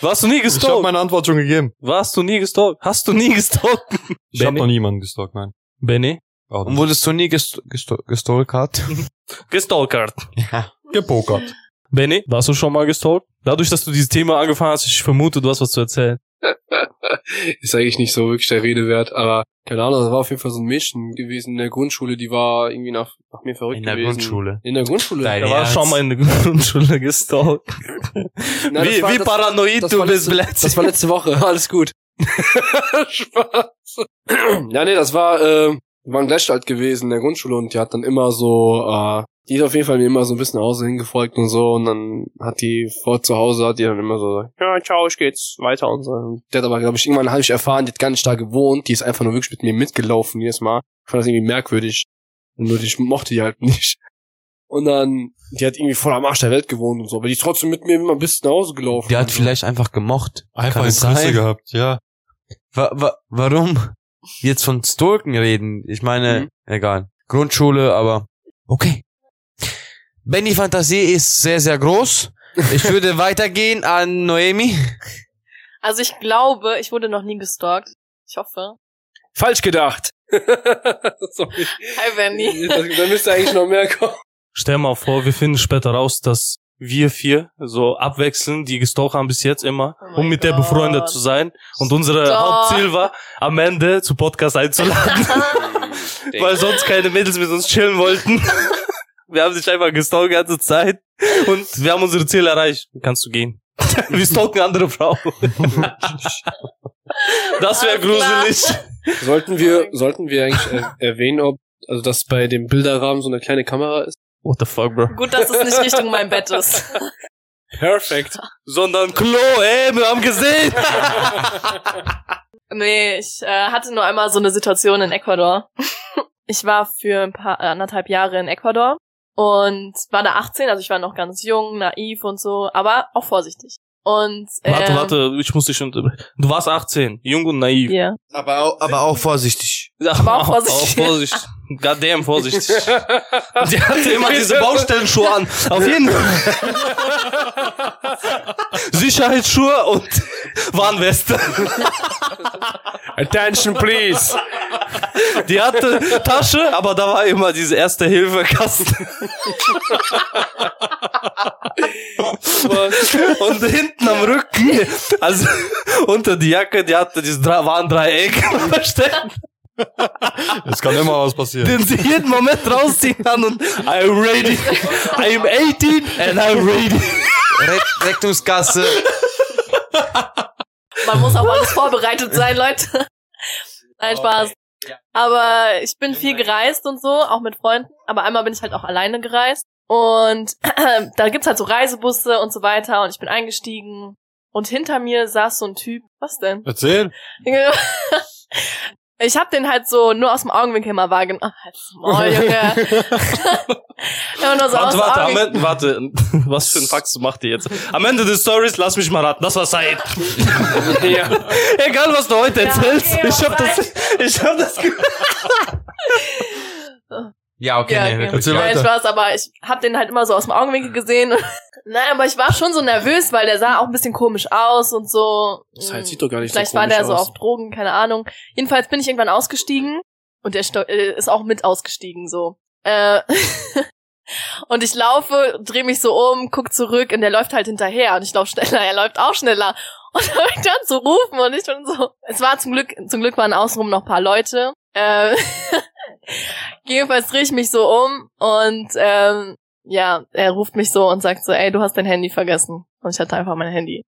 Speaker 4: Warst du nie
Speaker 2: Ich habe
Speaker 4: gestalkt?
Speaker 2: meine Antwort schon gegeben.
Speaker 4: Warst du nie gestalkt? Hast du nie gestalkt?
Speaker 2: Ich habe
Speaker 4: Benny?
Speaker 2: noch niemanden gestalkt, nein.
Speaker 4: Benny?
Speaker 2: Ah,
Speaker 1: Und wurdest du nie gest gesto gestolkert?
Speaker 4: Gestalkert.
Speaker 1: ja.
Speaker 2: gepokert.
Speaker 4: Benny, warst du schon mal gestalkt? Dadurch, dass du dieses Thema angefangen hast, ich vermute, du hast was zu erzählen.
Speaker 3: (laughs) Ist eigentlich nicht so wirklich der Rede wert, aber keine Ahnung, das war auf jeden Fall so ein Mädchen gewesen in der Grundschule, die war irgendwie nach, nach mir verrückt
Speaker 1: In der
Speaker 3: gewesen.
Speaker 1: Grundschule.
Speaker 3: In der Grundschule?
Speaker 1: Dein
Speaker 4: Er war
Speaker 1: Ernst?
Speaker 4: schon mal in der (laughs) Grundschule gestalkt.
Speaker 3: Nein, das
Speaker 4: wie
Speaker 3: war-
Speaker 4: wie
Speaker 3: das-
Speaker 4: paranoid
Speaker 3: das
Speaker 4: du
Speaker 3: war
Speaker 4: bist,
Speaker 3: letzte-
Speaker 4: Blätz.
Speaker 3: Das war letzte Woche, (laughs) alles gut. Spaß. ja, nee, das war, äh, wir waren gleich alt gewesen in der Grundschule und die hat dann immer so, äh, die ist auf jeden Fall mir immer so ein bisschen nach Hause hingefolgt und so und dann hat die vor zu Hause, hat die dann immer so, ja, ciao, ich geh jetzt weiter und so. Und Der hat aber, glaube ich, irgendwann habe ich erfahren, die hat gar nicht da gewohnt, die ist einfach nur wirklich mit mir mitgelaufen jedes Mal. Ich fand das irgendwie merkwürdig. Nur ich mochte die halt (laughs) nicht. Und dann, die hat irgendwie voll am Arsch der Welt gewohnt und so, aber die ist trotzdem mit mir immer bis nach Hause gelaufen.
Speaker 1: Die
Speaker 3: und
Speaker 1: hat
Speaker 3: so.
Speaker 1: vielleicht einfach gemocht.
Speaker 2: Einfach
Speaker 1: Kann es
Speaker 2: Interesse
Speaker 1: sein?
Speaker 2: gehabt, ja.
Speaker 1: Wa wa warum jetzt von Stolken reden? Ich meine, egal. Grundschule, aber okay. Benny Fantasie ist sehr, sehr groß. Ich würde weitergehen an Noemi.
Speaker 5: Also ich glaube, ich wurde noch nie gestalkt. Ich hoffe.
Speaker 3: Falsch gedacht. Sorry.
Speaker 5: Hi, Benny.
Speaker 3: Das- Da müsste eigentlich noch mehr kommen.
Speaker 4: Stell mal vor, wir finden später raus, dass wir vier so abwechseln, die gestalkt haben bis jetzt immer,
Speaker 5: Oh mein
Speaker 4: um mit der
Speaker 5: Gott.
Speaker 4: befreundet zu sein. Und unsere
Speaker 5: Stop.
Speaker 4: Hauptziel war, am Ende zu Podcast
Speaker 5: (laughs)
Speaker 4: einzuladen, (laughs) weil sonst keine Mädels mit uns chillen wollten.
Speaker 5: (laughs)
Speaker 4: Wir haben dich einfach gestalkt die ganze Zeit und wir haben unser Ziel erreicht. Kannst du gehen.
Speaker 5: (laughs)
Speaker 4: Wir stalken andere Frauen. Das wäre
Speaker 5: Alles klar.
Speaker 4: gruselig.
Speaker 3: Sollten wir, sollten wir eigentlich äh, erwähnen, ob, also, dass bei dem Bilderrahmen so eine kleine Kamera ist?
Speaker 4: What the fuck, bro?
Speaker 5: Gut, dass es nicht Richtung mein Bett ist.
Speaker 3: Perfekt.
Speaker 4: Sondern Klo, ey, wir haben gesehen.
Speaker 5: Nee, ich äh, hatte nur einmal so eine Situation in Ecuador. (laughs) ich war für ein paar äh, anderthalb Jahre in Ecuador und war da 18, also ich war noch ganz jung, naiv und so, aber auch vorsichtig. Und ähm,
Speaker 4: Warte, warte, ich muss dich unterbrechen. Du warst 18, jung und naiv.
Speaker 5: hier.
Speaker 1: Aber auch, aber auch vorsichtig.
Speaker 4: Ja,
Speaker 5: Aber
Speaker 4: (laughs)
Speaker 5: auch
Speaker 4: Auch
Speaker 5: vorsichtig.
Speaker 4: vorsichtig. Goddamn,
Speaker 3: (laughs)
Speaker 4: vorsichtig.
Speaker 5: (laughs)
Speaker 4: (laughs) Die hatte immer diese Baustellenschuhe an. Auf jeden
Speaker 3: (laughs)
Speaker 4: Fall. Sicherheitsschuhe und Warnweste.
Speaker 3: Attention, please.
Speaker 4: Die hatte Tasche, aber da war immer diese Erste-Hilfe-Kasten. Und hinten am Rücken, also unter die Jacke, die hatte dieses Dra- Warndreieck
Speaker 3: (laughs)
Speaker 4: versteckt.
Speaker 2: Es kann immer was passieren.
Speaker 4: den sie jeden Moment rausziehen kann und I'm ready. I'm 18 and I'm ready.
Speaker 1: Re Rettungskasse.
Speaker 5: Man muss auch alles vorbereitet
Speaker 4: (laughs)
Speaker 5: sein, Leute. Nein, Spaß. Aber ich bin viel gereist und so, auch mit Freunden. Aber einmal bin ich halt auch alleine gereist. Und (clears throat) da gibt's halt so Reisebusse und so weiter. Und ich bin eingestiegen. Und hinter mir saß so ein Typ. Was denn?
Speaker 2: Erzähl.
Speaker 5: Ich hab den halt so nur aus dem Augenwinkel mal wahrgenommen. Ach, halt's
Speaker 4: (laughs)
Speaker 5: Maul, Junge. (laughs) Immer nur so aus
Speaker 4: Warte, warte,
Speaker 5: dem
Speaker 4: am
Speaker 5: Augenwinkel.
Speaker 4: Ende, warte. Was für ein Fax macht ihr jetzt? Am Ende des Stories, lass mich mal raten. Das war (laughs) Said.
Speaker 3: ja.
Speaker 4: Egal, was du heute
Speaker 5: Ja,
Speaker 4: erzählst.
Speaker 5: okay,
Speaker 4: ich hab
Speaker 5: aber
Speaker 4: das, ich hab das ge-
Speaker 1: Ja, okay,
Speaker 5: Ja,
Speaker 1: nee,
Speaker 5: okay.
Speaker 1: wirklich.
Speaker 2: Erzähl
Speaker 5: Nein,
Speaker 2: weiter.
Speaker 5: Spaß, aber ich hab den halt immer so aus dem Augenwinkel gesehen. (laughs) Nein, aber ich war schon so nervös, weil der sah auch ein bisschen komisch aus und so. Mm.
Speaker 3: Das halt heißt, sieht doch gar nicht so
Speaker 5: Vielleicht war der
Speaker 3: komisch
Speaker 5: so
Speaker 3: aus.
Speaker 5: auf Drogen, keine Ahnung. Jedenfalls bin ich irgendwann ausgestiegen und der Sto äh, ist auch mit ausgestiegen so. Äh, (laughs) und ich laufe, drehe mich so um, guck zurück und der läuft halt hinterher und ich laufe schneller, (laughs) er läuft auch schneller. Und dann fängt er an zu rufen und ich bin so. Es war zum Glück, zum Glück waren außenrum noch ein paar Leute. Äh, (laughs) jedenfalls drehe ich mich so um und ähm, ja, er ruft mich so und sagt so, ey, du hast dein Handy vergessen. Und ich hatte einfach mein Handy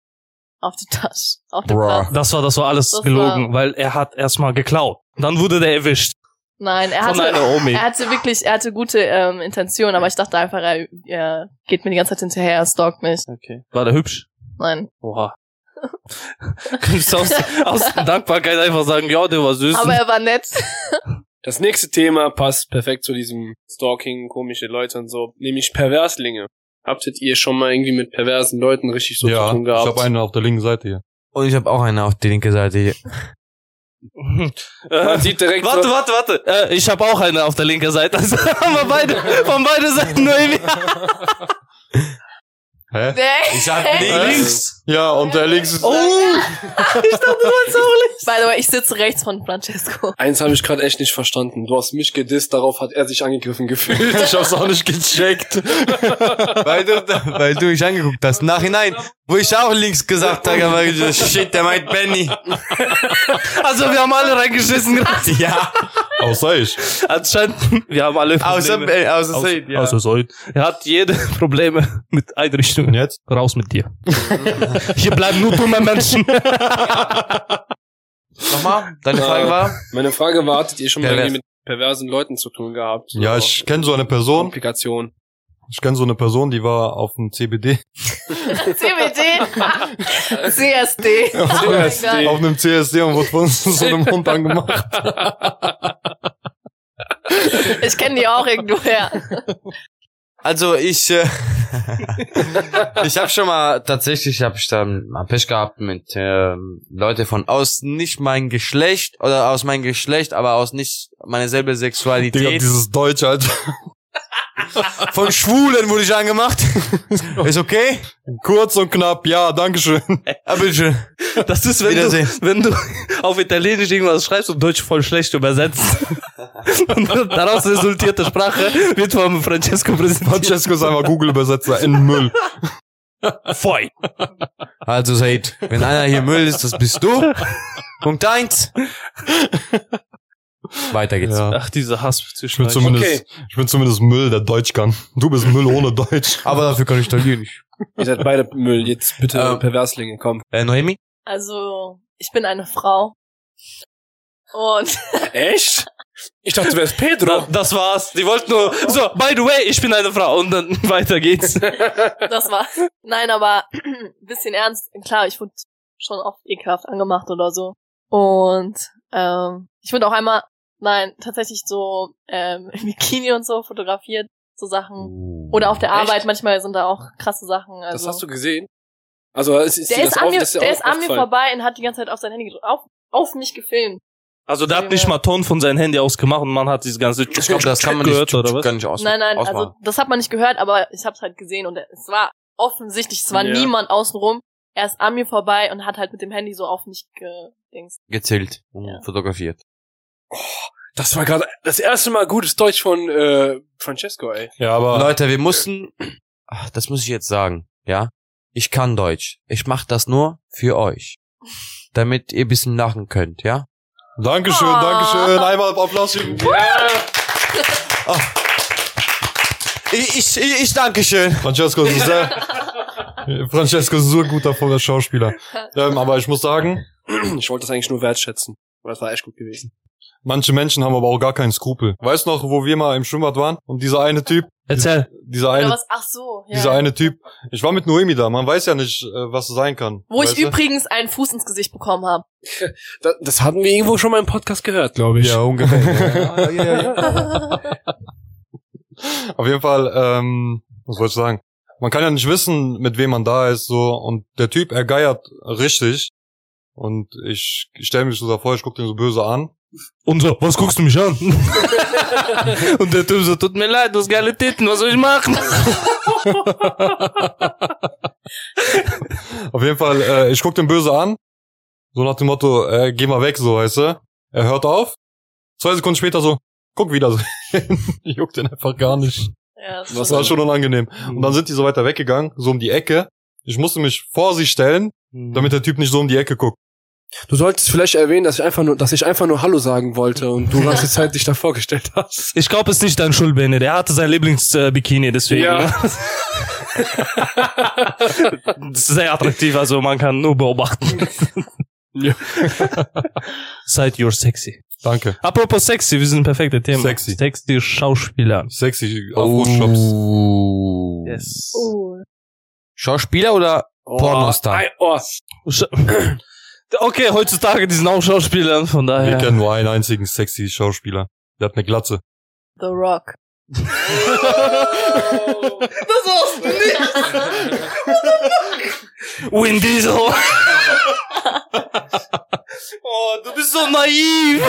Speaker 5: auf die Tasche, auf dem
Speaker 1: Bruh.
Speaker 5: Platz.
Speaker 4: Das war, das war alles
Speaker 5: Das war-
Speaker 4: gelogen, weil er hat erstmal geklaut. Dann wurde der erwischt.
Speaker 5: Nein, er
Speaker 4: Von
Speaker 5: hatte,
Speaker 4: einer Omi.
Speaker 5: er hatte wirklich, er hatte gute ähm, Intention, aber ich dachte einfach, er, er geht mir die ganze Zeit hinterher, er stalkt mich.
Speaker 4: Okay. War der (laughs) hübsch?
Speaker 5: Nein.
Speaker 4: Oha. Könntest du aus, aus Dankbarkeit einfach sagen, ja, der war süß. (laughs)
Speaker 5: Aber er war nett.
Speaker 3: Das nächste Thema passt perfekt zu diesem Stalking, komische Leute und so, nämlich Perverslinge. Habtet ihr schon mal irgendwie mit perversen Leuten richtig so
Speaker 2: ja,
Speaker 3: zu tun
Speaker 2: ich
Speaker 3: gehabt?
Speaker 2: habe einen auf der linken Seite hier.
Speaker 1: Und ich habe auch eine auf die linke Seite hier.
Speaker 4: Äh,
Speaker 3: Man sieht direkt
Speaker 4: Warte,
Speaker 3: so,
Speaker 4: warte, warte. Äh, ich habe auch eine auf der (laughs) linken Seite. Also haben wir beide, von beiden Seiten nur irgendwie.
Speaker 2: Hä?
Speaker 1: Ich hab links.
Speaker 4: Links.
Speaker 2: Ja, und der links ist.
Speaker 4: Oh!
Speaker 5: By the way, ich sitze rechts von Francesco.
Speaker 3: Eins habe ich gerade echt nicht verstanden. Du hast mich gedisst, darauf hat er sich angegriffen gefühlt.
Speaker 2: (laughs) Ich hab's auch nicht gecheckt.
Speaker 1: Weil du, weil du mich angeguckt hast. Nachhinein, wo ich auch links gesagt habe, weil ich so, shit, der meint Benny.
Speaker 4: (laughs) Also wir haben alle reingeschissen gerade.
Speaker 1: Ja,
Speaker 2: Außer ich.
Speaker 4: Anscheinend, wir haben alle
Speaker 1: außer,
Speaker 4: Probleme.
Speaker 1: Ben- außer
Speaker 4: Aus-
Speaker 1: Said, ja.
Speaker 4: Außer Said. Er hat jede (laughs) Probleme mit
Speaker 2: Und
Speaker 4: Einrichtungen.
Speaker 2: jetzt?
Speaker 4: Raus mit
Speaker 1: (laughs)
Speaker 4: dir. Hier bleiben nur dumme Menschen.
Speaker 1: Nochmal, deine Frage war?
Speaker 3: Meine Frage war, hattet ihr schon mal
Speaker 1: Pervers.
Speaker 3: irgendwie mit perversen Leuten zu tun gehabt?
Speaker 2: Ja, ich kenne so eine Person.
Speaker 3: Komplikation.
Speaker 2: Ich kenne so eine Person, die war auf dem CBD.
Speaker 5: CBD, CSD.
Speaker 3: CSD.
Speaker 2: (laughs) Auf einem CSD und wurde von (laughs) so einem Hund angemacht.
Speaker 5: Ich kenne die auch irgendwoher.
Speaker 1: Also ich,
Speaker 2: (laughs)
Speaker 1: äh, ich habe schon mal tatsächlich, habe ich da mal Pech gehabt mit ähm, Leute von aus nicht mein Geschlecht oder aus meinem Geschlecht, aber aus nicht meine selbe
Speaker 2: Digga,
Speaker 1: Sexualität.
Speaker 2: dieses Deutsch, Alter.
Speaker 1: Von Schwulen wurde ich
Speaker 2: (laughs)
Speaker 1: angemacht. Ist okay?
Speaker 2: Kurz und knapp, ja, dankeschön. (laughs)
Speaker 1: Ah, bitteschön.
Speaker 4: Das ist, wenn
Speaker 1: Wiedersehen.
Speaker 4: du, wenn du (laughs) auf Italienisch irgendwas schreibst und Deutsch voll schlecht übersetzt. (laughs) und daraus resultierte Sprache wird von Francesco (laughs) präsentiert.
Speaker 2: Francesco ist einfach Google-Übersetzer in Müll.
Speaker 4: Feu.
Speaker 1: Also Said, wenn einer hier Müll ist, das bist du. Punkt eins. Weiter geht's.
Speaker 2: Ja.
Speaker 4: Ach, dieser Hass
Speaker 2: Ich
Speaker 4: zwischen
Speaker 2: bin,
Speaker 4: euch.
Speaker 2: zumindest, ich bin zumindest Müll, der Deutsch kann. Du bist Müll (laughs) ohne Deutsch.
Speaker 1: Aber dafür kann ich Italienisch.
Speaker 3: Ihr seid beide Müll. Jetzt bitte
Speaker 1: Ähm.
Speaker 3: Perverslinge, komm.
Speaker 1: Äh, Noemi?
Speaker 5: Also, ich bin eine Frau. Und
Speaker 3: Echt? Ich dachte, du wärst Pedro.
Speaker 4: Da, das war's. Die wollten nur, so, by the way, ich bin eine Frau. Und dann (laughs) weiter geht's.
Speaker 5: das war. Nein, aber (clears throat) ein bisschen ernst. Klar, ich wurde schon oft ekelhaft angemacht oder so. Und ähm, ich wurde auch einmal, nein, tatsächlich so ähm, (laughs) im Bikini und so fotografiert, so Sachen. Oder auf der
Speaker 3: Oh, Echt?
Speaker 5: Arbeit, manchmal sind da auch krasse Sachen. Also.
Speaker 3: Das hast du gesehen? Also, es ist
Speaker 5: der
Speaker 3: dir
Speaker 5: ist,
Speaker 3: das
Speaker 5: an
Speaker 3: auf,
Speaker 5: mir,
Speaker 3: das
Speaker 5: der ist an mir
Speaker 3: aufgefallen?
Speaker 5: vorbei und hat die ganze Zeit auf sein Handy gedrückt, auf, auf mich gefilmt.
Speaker 4: Also der hat nicht mal Ton von seinem Handy ausgemacht und man hat dieses ganze
Speaker 1: Ich glaube, das kann man
Speaker 4: gehört,
Speaker 1: nicht,
Speaker 4: oder was?
Speaker 1: kann nicht aus
Speaker 5: nein, nein,
Speaker 1: ausmachen.
Speaker 5: also das hat man nicht gehört, aber ich hab's halt gesehen und es war offensichtlich, es war
Speaker 3: Ja.
Speaker 5: niemand außenrum. Er ist an mir vorbei und hat halt mit dem Handy so auf mich gedings.
Speaker 1: gezählt und
Speaker 5: Ja.
Speaker 1: fotografiert.
Speaker 3: Das war gerade das erste Mal gutes Deutsch von äh, Francesco, ey.
Speaker 2: Ja, aber
Speaker 1: Leute, wir mussten, ach, das muss ich jetzt sagen, ja? Ich kann Deutsch. Ich mach das nur für euch. Damit ihr bisschen lachen könnt, ja?
Speaker 2: Dankeschön,
Speaker 5: Ah.
Speaker 2: Dankeschön. Einmal Applaus. geben.
Speaker 1: Ich, ich, ich danke schön.
Speaker 2: Francesco ist ein sehr, Francesco ist so ein guter voller Schauspieler. Ähm, aber ich muss sagen,
Speaker 3: Ich wollte das eigentlich nur wertschätzen. Aber das war echt gut gewesen.
Speaker 2: manche Menschen haben aber auch gar keinen Skrupel. Weißt du noch, wo wir mal im Schwimmbad waren? Und dieser eine Typ,
Speaker 4: Erzähl.
Speaker 2: dieser
Speaker 5: Oder
Speaker 2: eine,
Speaker 5: was? Ach so, ja.
Speaker 2: dieser eine Typ, ich war mit Noemi da, man weiß ja nicht, äh, was es sein kann.
Speaker 5: Wo ich
Speaker 2: weißt du?
Speaker 5: übrigens einen Fuß ins Gesicht bekommen (laughs) habe.
Speaker 3: Das, das hatten wir irgendwo schon mal im Podcast gehört, glaube ich.
Speaker 2: Ja, (laughs) ungefähr. ja, ja, ja. Auf jeden Fall, ähm, was wollte ich sagen? Man kann ja nicht wissen, mit wem man da ist, so, und der Typ ergeiert richtig. Und ich, ich stelle mich so davor, ich gucke den so böse an.
Speaker 4: Und so, was guckst du mich an? (laughs) und der Typ so, tut mir leid, du hast geile Titten, was soll ich machen?
Speaker 2: Auf jeden Fall, äh, ich guck den böse an. So nach dem Motto, äh, geh mal weg, so, weißt du. Er hört auf. Zwei Sekunden später so, guck wieder so. (laughs) Juckt den einfach gar nicht.
Speaker 5: Ja, das
Speaker 2: Das
Speaker 5: ist
Speaker 2: war
Speaker 5: schon-
Speaker 2: schon unangenehm. Und dann sind die so weiter weggegangen, so um die Ecke. Ich musste mich vor sie stellen, damit der Typ nicht so um die Ecke guckt.
Speaker 3: Du solltest vielleicht erwähnen, dass ich einfach nur, dass ich einfach nur Hallo sagen wollte
Speaker 5: (laughs)
Speaker 3: und du die ganze Zeit dich da vorgestellt hast.
Speaker 4: Ich glaube, es ist nicht dein Schuld, Bene. Der hatte sein Lieblingsbikini, deswegen.
Speaker 3: Ja.
Speaker 4: ne? Das ist sehr attraktiv, also man kann nur beobachten.
Speaker 3: (laughs) Ja.
Speaker 4: (laughs) Seid you're sexy.
Speaker 2: Danke.
Speaker 4: Apropos sexy, wir sind perfekte Thema.
Speaker 2: Sexy.
Speaker 4: Sexy Schauspieler.
Speaker 2: Sexy Afro-Shops.
Speaker 1: Oh.
Speaker 4: Yes.
Speaker 5: Oh.
Speaker 1: Schauspieler oder?
Speaker 3: Oh,
Speaker 1: Pornostar.
Speaker 3: ei- Oh,
Speaker 4: Sch- (clears throat) Okay, heutzutage, die sind auch Schauspieler, von
Speaker 5: Ah,
Speaker 2: Wir
Speaker 4: daher.
Speaker 2: kennen nur einen einzigen sexy Schauspieler. Der hat
Speaker 5: (laughs)
Speaker 2: eine Glatze.
Speaker 5: The Rock.
Speaker 4: Win Diesel.
Speaker 3: (laughs)
Speaker 4: oh, du bist so
Speaker 3: (laughs)
Speaker 4: naiv.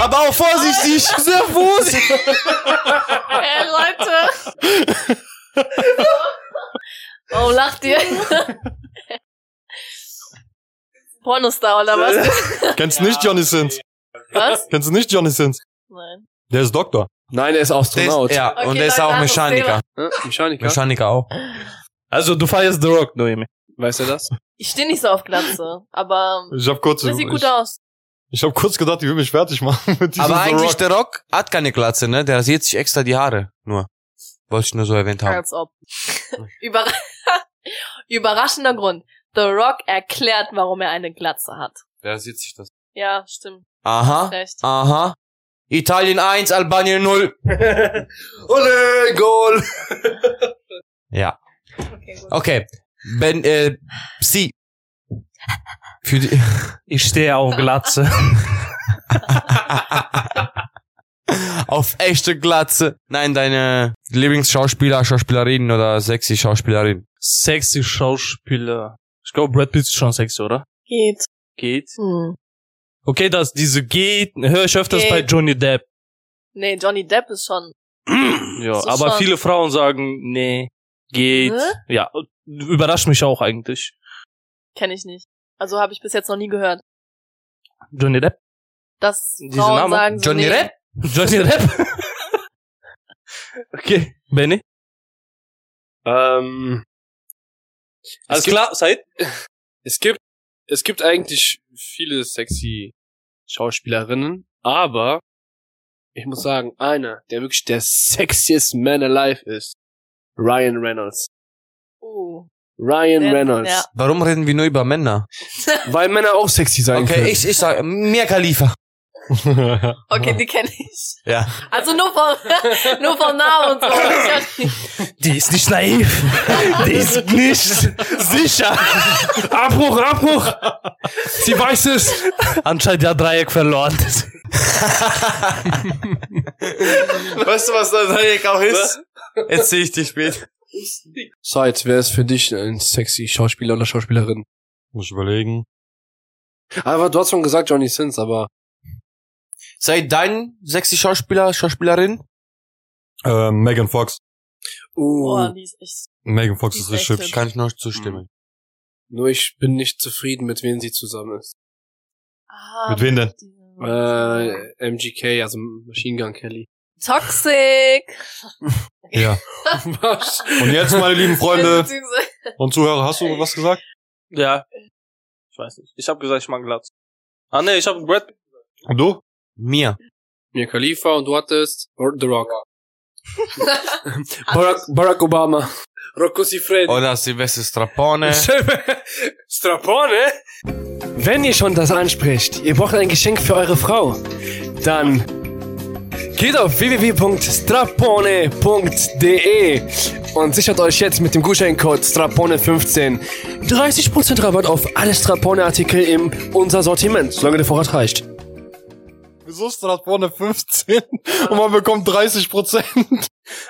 Speaker 1: Aber auch vorsichtig! Sehr
Speaker 5: Äh,
Speaker 2: (laughs)
Speaker 1: vorsichtig!
Speaker 5: Hey Leute! Warum lacht ihr? Pornostar oder was?
Speaker 2: Kennst du nicht Johnny Sins?
Speaker 5: Was?
Speaker 2: Kennst du nicht Johnny Sins?
Speaker 5: Nein.
Speaker 2: Der ist Doktor.
Speaker 3: Nein, er ist
Speaker 1: Der ist,
Speaker 3: Astronaut.
Speaker 1: ja,
Speaker 5: Okay,
Speaker 1: und der ist
Speaker 5: Leute,
Speaker 1: auch
Speaker 5: anderes
Speaker 1: Mechaniker.
Speaker 3: Äh, Mechaniker.
Speaker 1: Mechaniker auch.
Speaker 4: Also du feierst The Rock, Noemi.
Speaker 3: Weiß er das?
Speaker 5: Ich stehe nicht so auf Glatze, aber
Speaker 2: Ich hab kurz,
Speaker 5: das sieht gut
Speaker 2: ich,
Speaker 5: aus.
Speaker 2: ich hab kurz gedacht, die will mich fertig machen (laughs) mit diesem
Speaker 1: Aber
Speaker 2: The
Speaker 1: eigentlich
Speaker 2: Rock.
Speaker 1: der Rock hat keine Glatze, ne? Der rasiert sich extra die Haare. Nur. Wollte ich nur so erwähnt haben.
Speaker 5: Als ob. Überra (laughs) Überraschender Grund. The Rock erklärt, warum er eine Glatze hat.
Speaker 1: Der rasiert sich das.
Speaker 5: Ja, stimmt.
Speaker 1: Aha.
Speaker 2: Ah.
Speaker 5: Recht.
Speaker 1: Aha. Italien 1, Albanien 0. (laughs) Ole, Goal. ja.
Speaker 5: Okay, gut.
Speaker 1: Okay. Ben, äh, Psi. Für die,
Speaker 4: Ich stehe auf Glatze.
Speaker 5: (laughs)
Speaker 1: auf echte Glatze. Nein, deine Lieblingsschauspieler, Schauspielerin oder sexy Schauspielerin.
Speaker 4: sexy Schauspieler. Ich glaube, Brad Pitt ist schon sexy, oder?
Speaker 5: Geht.
Speaker 4: Geht.
Speaker 5: Hm.
Speaker 4: Okay, das, diese geht, höre ich öfters
Speaker 5: Geht.
Speaker 4: bei Johnny Depp.
Speaker 5: Nee, Johnny Depp ist schon.
Speaker 4: Ja,
Speaker 5: So
Speaker 4: aber
Speaker 5: schon.
Speaker 4: viele Frauen sagen, nee, geht.
Speaker 5: Hä?
Speaker 4: Ja, überrascht mich auch eigentlich.
Speaker 5: Kenne ich nicht. Also habe ich bis jetzt noch nie gehört.
Speaker 4: Johnny Depp?
Speaker 5: Dass
Speaker 4: Diese
Speaker 5: Frauen
Speaker 4: Name?
Speaker 5: sagen so,
Speaker 1: Johnny
Speaker 5: nee.
Speaker 1: Depp?
Speaker 4: Johnny
Speaker 5: (laughs)
Speaker 4: Depp? okay, Benny?
Speaker 3: Ähm,
Speaker 4: Alles klar, Said?
Speaker 3: es gibt, es gibt eigentlich viele sexy Schauspielerinnen, aber ich muss sagen, einer, der wirklich der sexiest man alive ist, Ryan Reynolds.
Speaker 5: Uh.
Speaker 3: Ryan
Speaker 5: Ja,
Speaker 3: Reynolds.
Speaker 5: ja.
Speaker 1: Warum reden wir nur über Männer?
Speaker 3: Weil Männer auch sexy sein
Speaker 1: Okay,
Speaker 3: können.
Speaker 1: ich, ich sag, mehr Khalifa.
Speaker 5: Okay, die kenne ich.
Speaker 1: Ja.
Speaker 5: Also nur vom, (laughs) nur vom Namen und so. Ich hab-
Speaker 4: Die ist nicht (laughs) naiv. Die ist nicht sicher. Abbruch, Abbruch.
Speaker 2: Sie weiß es!
Speaker 4: Anscheinend ja Dreieck verloren.
Speaker 1: Weißt du, was das Dreieck auch ist? (laughs) Jetzt sehe ich dich spät.
Speaker 3: Sides, wer ist für dich ein sexy Schauspieler oder Schauspielerin? Ah,
Speaker 2: Muss ich überlegen.
Speaker 3: Aber du hast schon gesagt Johnny Sins, aber
Speaker 1: Sei dein sexy Schauspieler, Schauspielerin?
Speaker 2: Äh, Megan Fox.
Speaker 5: Boah,
Speaker 3: uh,
Speaker 5: die ist echt.
Speaker 2: Megan Fox
Speaker 5: Die
Speaker 2: ist
Speaker 5: ist
Speaker 2: richtig
Speaker 5: echt
Speaker 2: hübsch.
Speaker 1: Kann ich nur zustimmen.
Speaker 3: nur ich bin nicht zufrieden, mit wem sie zusammen ist.
Speaker 5: Ah,
Speaker 2: Mit wem denn?
Speaker 5: die-
Speaker 3: Äh, MGK, also Machine Gun Kelly.
Speaker 5: Toxic.
Speaker 2: Ja.
Speaker 3: (laughs) Was?
Speaker 2: Und jetzt, meine lieben
Speaker 5: (laughs)
Speaker 2: Freunde
Speaker 5: Beziehungsweise-
Speaker 2: und Zuhörer, hast du was gesagt?
Speaker 4: Ja. Ich weiß nicht. Ich habe gesagt, ich mag Glatz. Ah ne, ich habe Brad Pitt.
Speaker 2: Und du?
Speaker 1: Mir.
Speaker 3: Mia Khalifa und du hattest or The (laughs) Rock. Barack, Barack Obama. Rocco Siffredi.
Speaker 1: Oder Silvester (laughs)
Speaker 3: (laughs)
Speaker 1: Strapone.
Speaker 3: Strapone? Wenn ihr schon das anspricht, ihr braucht ein Geschenk für eure Frau, dann geht auf www.strapone.de und sichert euch jetzt mit dem Gutscheincode Strapone15 30% Rabatt auf alle Strapone-Artikel im unser Sortiment, solange der Vorrat reicht.
Speaker 2: Wieso ist das vorne 15 und man bekommt 30 Prozent?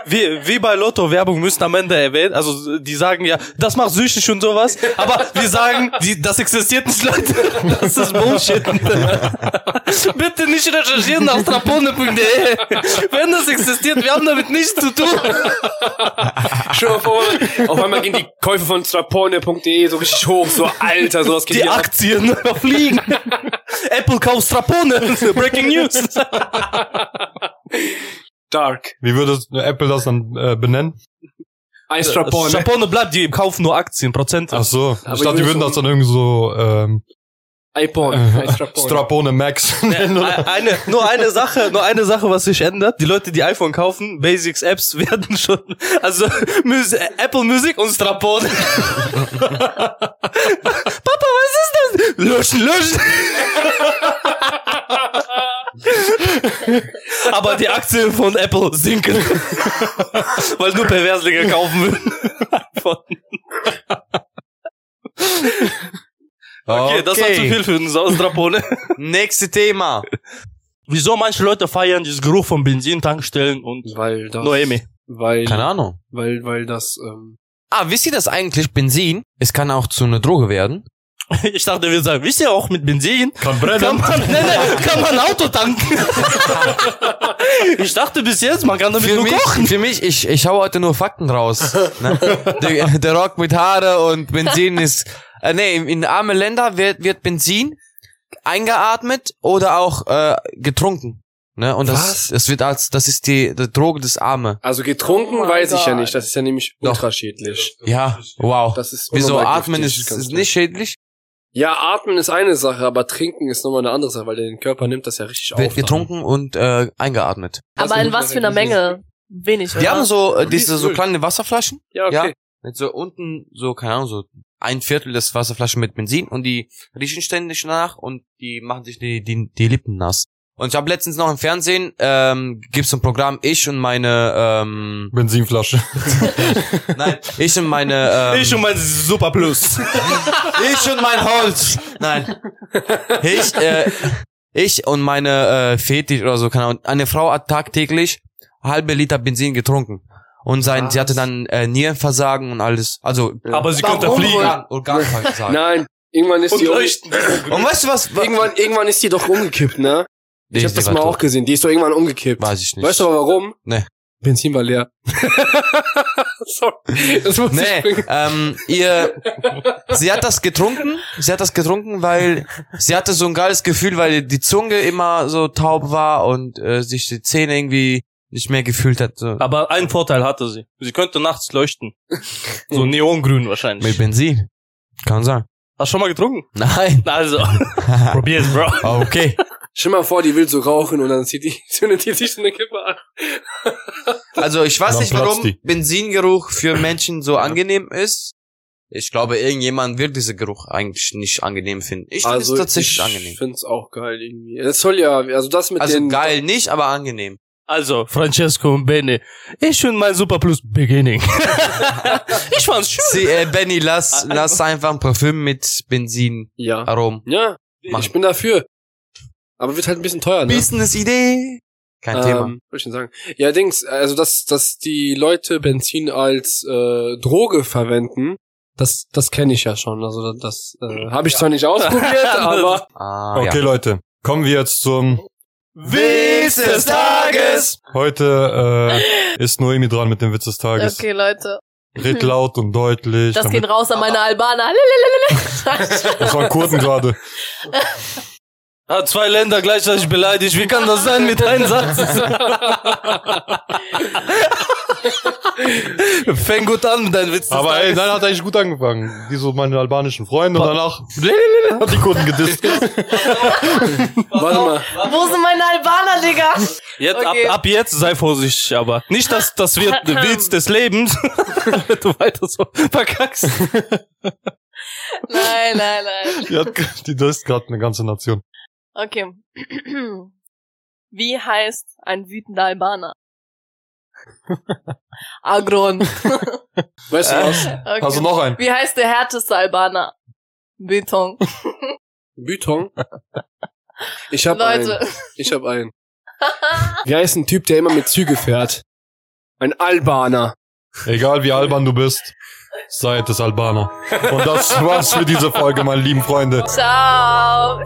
Speaker 4: Wie, wie bei Lotto-Werbung müssen am Ende erwähnt. Also die sagen ja, das macht süchtig und sowas. Aber wir sagen, die, das existiert nicht, Leute. Das ist Bullshit. (laughs) Bitte nicht recherchieren auf strapone.de. Wenn das existiert, wir haben damit nichts zu tun.
Speaker 3: Schon auf, einmal- (laughs) auf einmal gehen die Käufe von strapone.de so richtig hoch, so alter, sowas geht
Speaker 4: Die
Speaker 3: hier ab.
Speaker 4: Aktien (laughs) fliegen. Apple kauft Strapone. (laughs) Breaking News.
Speaker 3: Dark.
Speaker 2: Wie würde Apple das dann äh, benennen?
Speaker 3: Ein Strapone.
Speaker 4: Strapone bleibt, die kaufen nur Aktien, Prozent.
Speaker 2: Ach so.
Speaker 3: Aber
Speaker 2: ich dachte,
Speaker 3: die
Speaker 2: die würden
Speaker 3: müssen-
Speaker 2: das dann irgendwie so ähm,
Speaker 3: iPhone. Ein Strapone.
Speaker 2: Strapone Max nennen.
Speaker 4: Ein- eine, (laughs) nur eine Sache, nur eine Sache, was sich ändert. Die Leute, die iPhone kaufen, Basics Apps werden schon, also Mus Apple Music und Strapon. (laughs) Papa, was ist das? Löschen, löschen. (laughs) Aber die Aktien von Apple sinken. (laughs) Weil nur Perverslinge kaufen würden. Okay, das war zu viel für uns ne? aus Strapone.
Speaker 1: Nächste Thema.
Speaker 4: (laughs) Wieso manche Leute feiern diesen Geruch von Benzin, Tankstellen und
Speaker 3: Weil das.
Speaker 4: Noemi. (laughs)
Speaker 3: Weil,
Speaker 1: Keine Ahnung.
Speaker 3: weil, weil das, ähm,
Speaker 1: Ah, wisst ihr das eigentlich? Benzin, es kann auch zu einer Droge werden.
Speaker 4: Ich dachte, wir sagen, wisst ihr auch mit Benzin?
Speaker 2: Kann
Speaker 4: Kann (laughs)
Speaker 2: brennen.
Speaker 4: man, nee, nee, kann man Auto (laughs) tanken? ich dachte bis jetzt, man kann damit
Speaker 1: Für
Speaker 4: nur
Speaker 1: mich,
Speaker 4: kochen.
Speaker 1: für mich, ich, ich hau heute nur Fakten raus.
Speaker 3: (laughs)
Speaker 1: Ne? der, der Rock mit Haare und Benzin ist. Äh, nee, in, in arme Länder wird, wird Benzin eingeatmet oder auch äh, getrunken. Ne? Und das,
Speaker 2: Was?
Speaker 1: das wird als das ist die, die Droge des Arme.
Speaker 3: Also getrunken
Speaker 5: Oh mein
Speaker 3: weiß ich ja
Speaker 5: Gott.
Speaker 3: nicht. Das ist ja nämlich
Speaker 1: Doch.
Speaker 3: ultraschädlich.
Speaker 1: Ja, wow.
Speaker 3: Das ist
Speaker 1: Wieso
Speaker 3: unnormal
Speaker 1: atmen
Speaker 3: giftig,
Speaker 1: ist,
Speaker 3: ganz
Speaker 1: ist
Speaker 3: klar.
Speaker 1: nicht schädlich?
Speaker 3: Ja, atmen ist eine Sache, aber trinken ist nochmal eine andere Sache, weil der Körper nimmt das ja richtig auf.
Speaker 1: Wird getrunken und äh, eingeatmet.
Speaker 3: Das
Speaker 5: Aber in
Speaker 3: ist
Speaker 5: was für einer
Speaker 3: natürlich
Speaker 5: Menge? Wenig,
Speaker 1: Die
Speaker 5: oder?
Speaker 1: haben so äh, diese so
Speaker 3: Null.
Speaker 1: kleine Wasserflaschen.
Speaker 3: Ja, okay.
Speaker 1: Ja. Mit so unten, so, keine Ahnung, so ein Viertel des Wasserflaschen mit Benzin und die riechen ständig nach und die machen sich die, die, die Lippen nass. Und ich habe letztens noch im Fernsehen, ähm, gibt's so ein Programm, ich und meine,
Speaker 4: (laughs)
Speaker 1: ähm,
Speaker 2: Benzinflasche.
Speaker 1: nein, ich und meine, ähm,
Speaker 4: Ich und mein Super Plus.
Speaker 1: ich und mein Holz. Nein. Ich, äh, ich und meine äh, Fetisch oder so, keine Ahnung. Eine Frau hat tagtäglich halbe Liter Benzin getrunken. Und sein, sie hatte dann äh, Nierenversagen und alles. Also
Speaker 4: Aber sie konnte
Speaker 5: Warum?
Speaker 4: fliegen.
Speaker 1: Organ, Organversagen.
Speaker 3: Nein, irgendwann ist
Speaker 4: Und
Speaker 3: die um,
Speaker 4: leuchten.
Speaker 1: Und weißt du was? wa-
Speaker 3: irgendwann, irgendwann ist die doch umgekippt, ne?
Speaker 1: Nee,
Speaker 3: Ich hab
Speaker 1: die
Speaker 3: das
Speaker 1: war
Speaker 3: mal
Speaker 1: tot.
Speaker 3: auch gesehen. Die ist doch irgendwann umgekippt.
Speaker 1: Weiß ich nicht.
Speaker 3: Weißt du aber warum?
Speaker 1: Nee.
Speaker 3: Benzin war leer. (laughs) Sorry. Das muss ich
Speaker 1: Nee,
Speaker 3: bringen.
Speaker 1: ähm, ihr, sie hat das getrunken, sie hat das getrunken, weil sie hatte so ein geiles Gefühl, weil die Zunge immer so taub war und äh, sich die Zähne irgendwie nicht mehr gefühlt hat. So.
Speaker 4: Aber einen Vorteil hatte sie. Sie könnte nachts (laughs) leuchten. So neongrün
Speaker 1: Mit
Speaker 4: wahrscheinlich.
Speaker 1: Benzin. Kann sein.
Speaker 4: Hast du schon mal getrunken?
Speaker 1: Nein.
Speaker 4: (laughs) Also, probier's, Bro.
Speaker 1: okay.
Speaker 3: Stell mal vor, die will so rauchen und dann zieht die, (laughs) zündet die sich so eine Kippe an.
Speaker 1: Also ich weiß
Speaker 2: Dann
Speaker 1: nicht,
Speaker 2: platzt
Speaker 1: warum
Speaker 2: die.
Speaker 1: Benzingeruch für Menschen so angenehm ist. Ich glaube, irgendjemand wird diesen Geruch eigentlich nicht angenehm finden. Ich finde es tatsächlich
Speaker 3: Also, ich
Speaker 1: angenehm.
Speaker 3: find's auch geil irgendwie. Das soll ja, also das mit
Speaker 1: Also
Speaker 3: den...
Speaker 1: geil nicht, aber angenehm.
Speaker 4: Also, Francesco und Bene. Ich und mein Super Plus (laughs) Beginning. ich fand's schön.
Speaker 1: Sie, äh, Benny, lass, lass einfach ein Parfüm mit Benzin
Speaker 3: Ja.
Speaker 1: arom.
Speaker 3: Ja,
Speaker 1: Machen.
Speaker 3: ich bin dafür. Aber wird halt ein bisschen teuer, ne?
Speaker 1: Business-Idee. Kein
Speaker 3: ähm,
Speaker 1: Thema.
Speaker 3: Wollte ich denn sagen? Ja, Dings, also dass, dass die Leute Benzin als äh, Droge verwenden, das, das kenne ich ja schon. Also das, das äh, habe ich zwar nicht
Speaker 1: (laughs)
Speaker 3: ausprobiert, aber
Speaker 1: Ah,
Speaker 2: Okay, Leute. Kommen wir jetzt zum...
Speaker 1: Witz des Tages.
Speaker 2: Heute äh, ist Noemi dran mit dem Witz des Tages.
Speaker 5: Okay, Leute.
Speaker 2: Red laut und deutlich.
Speaker 5: Das
Speaker 2: damit-
Speaker 5: geht raus an meine Albaner. Lelelelele.
Speaker 2: das waren Kurden gerade.
Speaker 4: Hat Ah, zwei Länder gleichzeitig beleidigt. Wie kann das sein mit einem
Speaker 1: (laughs)
Speaker 4: Satz? Fäng gut an mit deinem Witz. des
Speaker 2: Aber ey,
Speaker 4: Tages.
Speaker 2: dann hat eigentlich gut angefangen. Die so meine albanischen Freunde und
Speaker 5: (laughs)
Speaker 2: danach hat die Kurden gedisst.
Speaker 3: warte mal.
Speaker 5: Wo sind meine Albaner,
Speaker 3: (laughs)
Speaker 5: Digga?
Speaker 4: jetzt,
Speaker 5: Okay.
Speaker 4: ab, ab jetzt sei vorsichtig, aber nicht, dass das wird Witz des Lebens, (laughs) wenn du weiter so verkackst.
Speaker 5: Nein, nein, nein.
Speaker 2: Die, hat, die disst gerade eine ganze Nation.
Speaker 5: Okay. (clears throat) Wie heißt ein wütender
Speaker 2: (laughs)
Speaker 5: Albaner? Agron.
Speaker 3: Weißt du was?
Speaker 1: (laughs)
Speaker 5: Okay.
Speaker 2: Hast du noch einen?
Speaker 5: Wie heißt der härteste Albaner? Beton.
Speaker 3: Büton? Ich hab
Speaker 5: Leute.
Speaker 3: einen. Ich hab einen. Wie heißt ein Typ, der immer mit Züge fährt? Ein Albaner.
Speaker 2: Egal wie albern du bist, seid es Albaner. Und das war's für diese Folge, meine lieben Freunde.
Speaker 5: Ciao.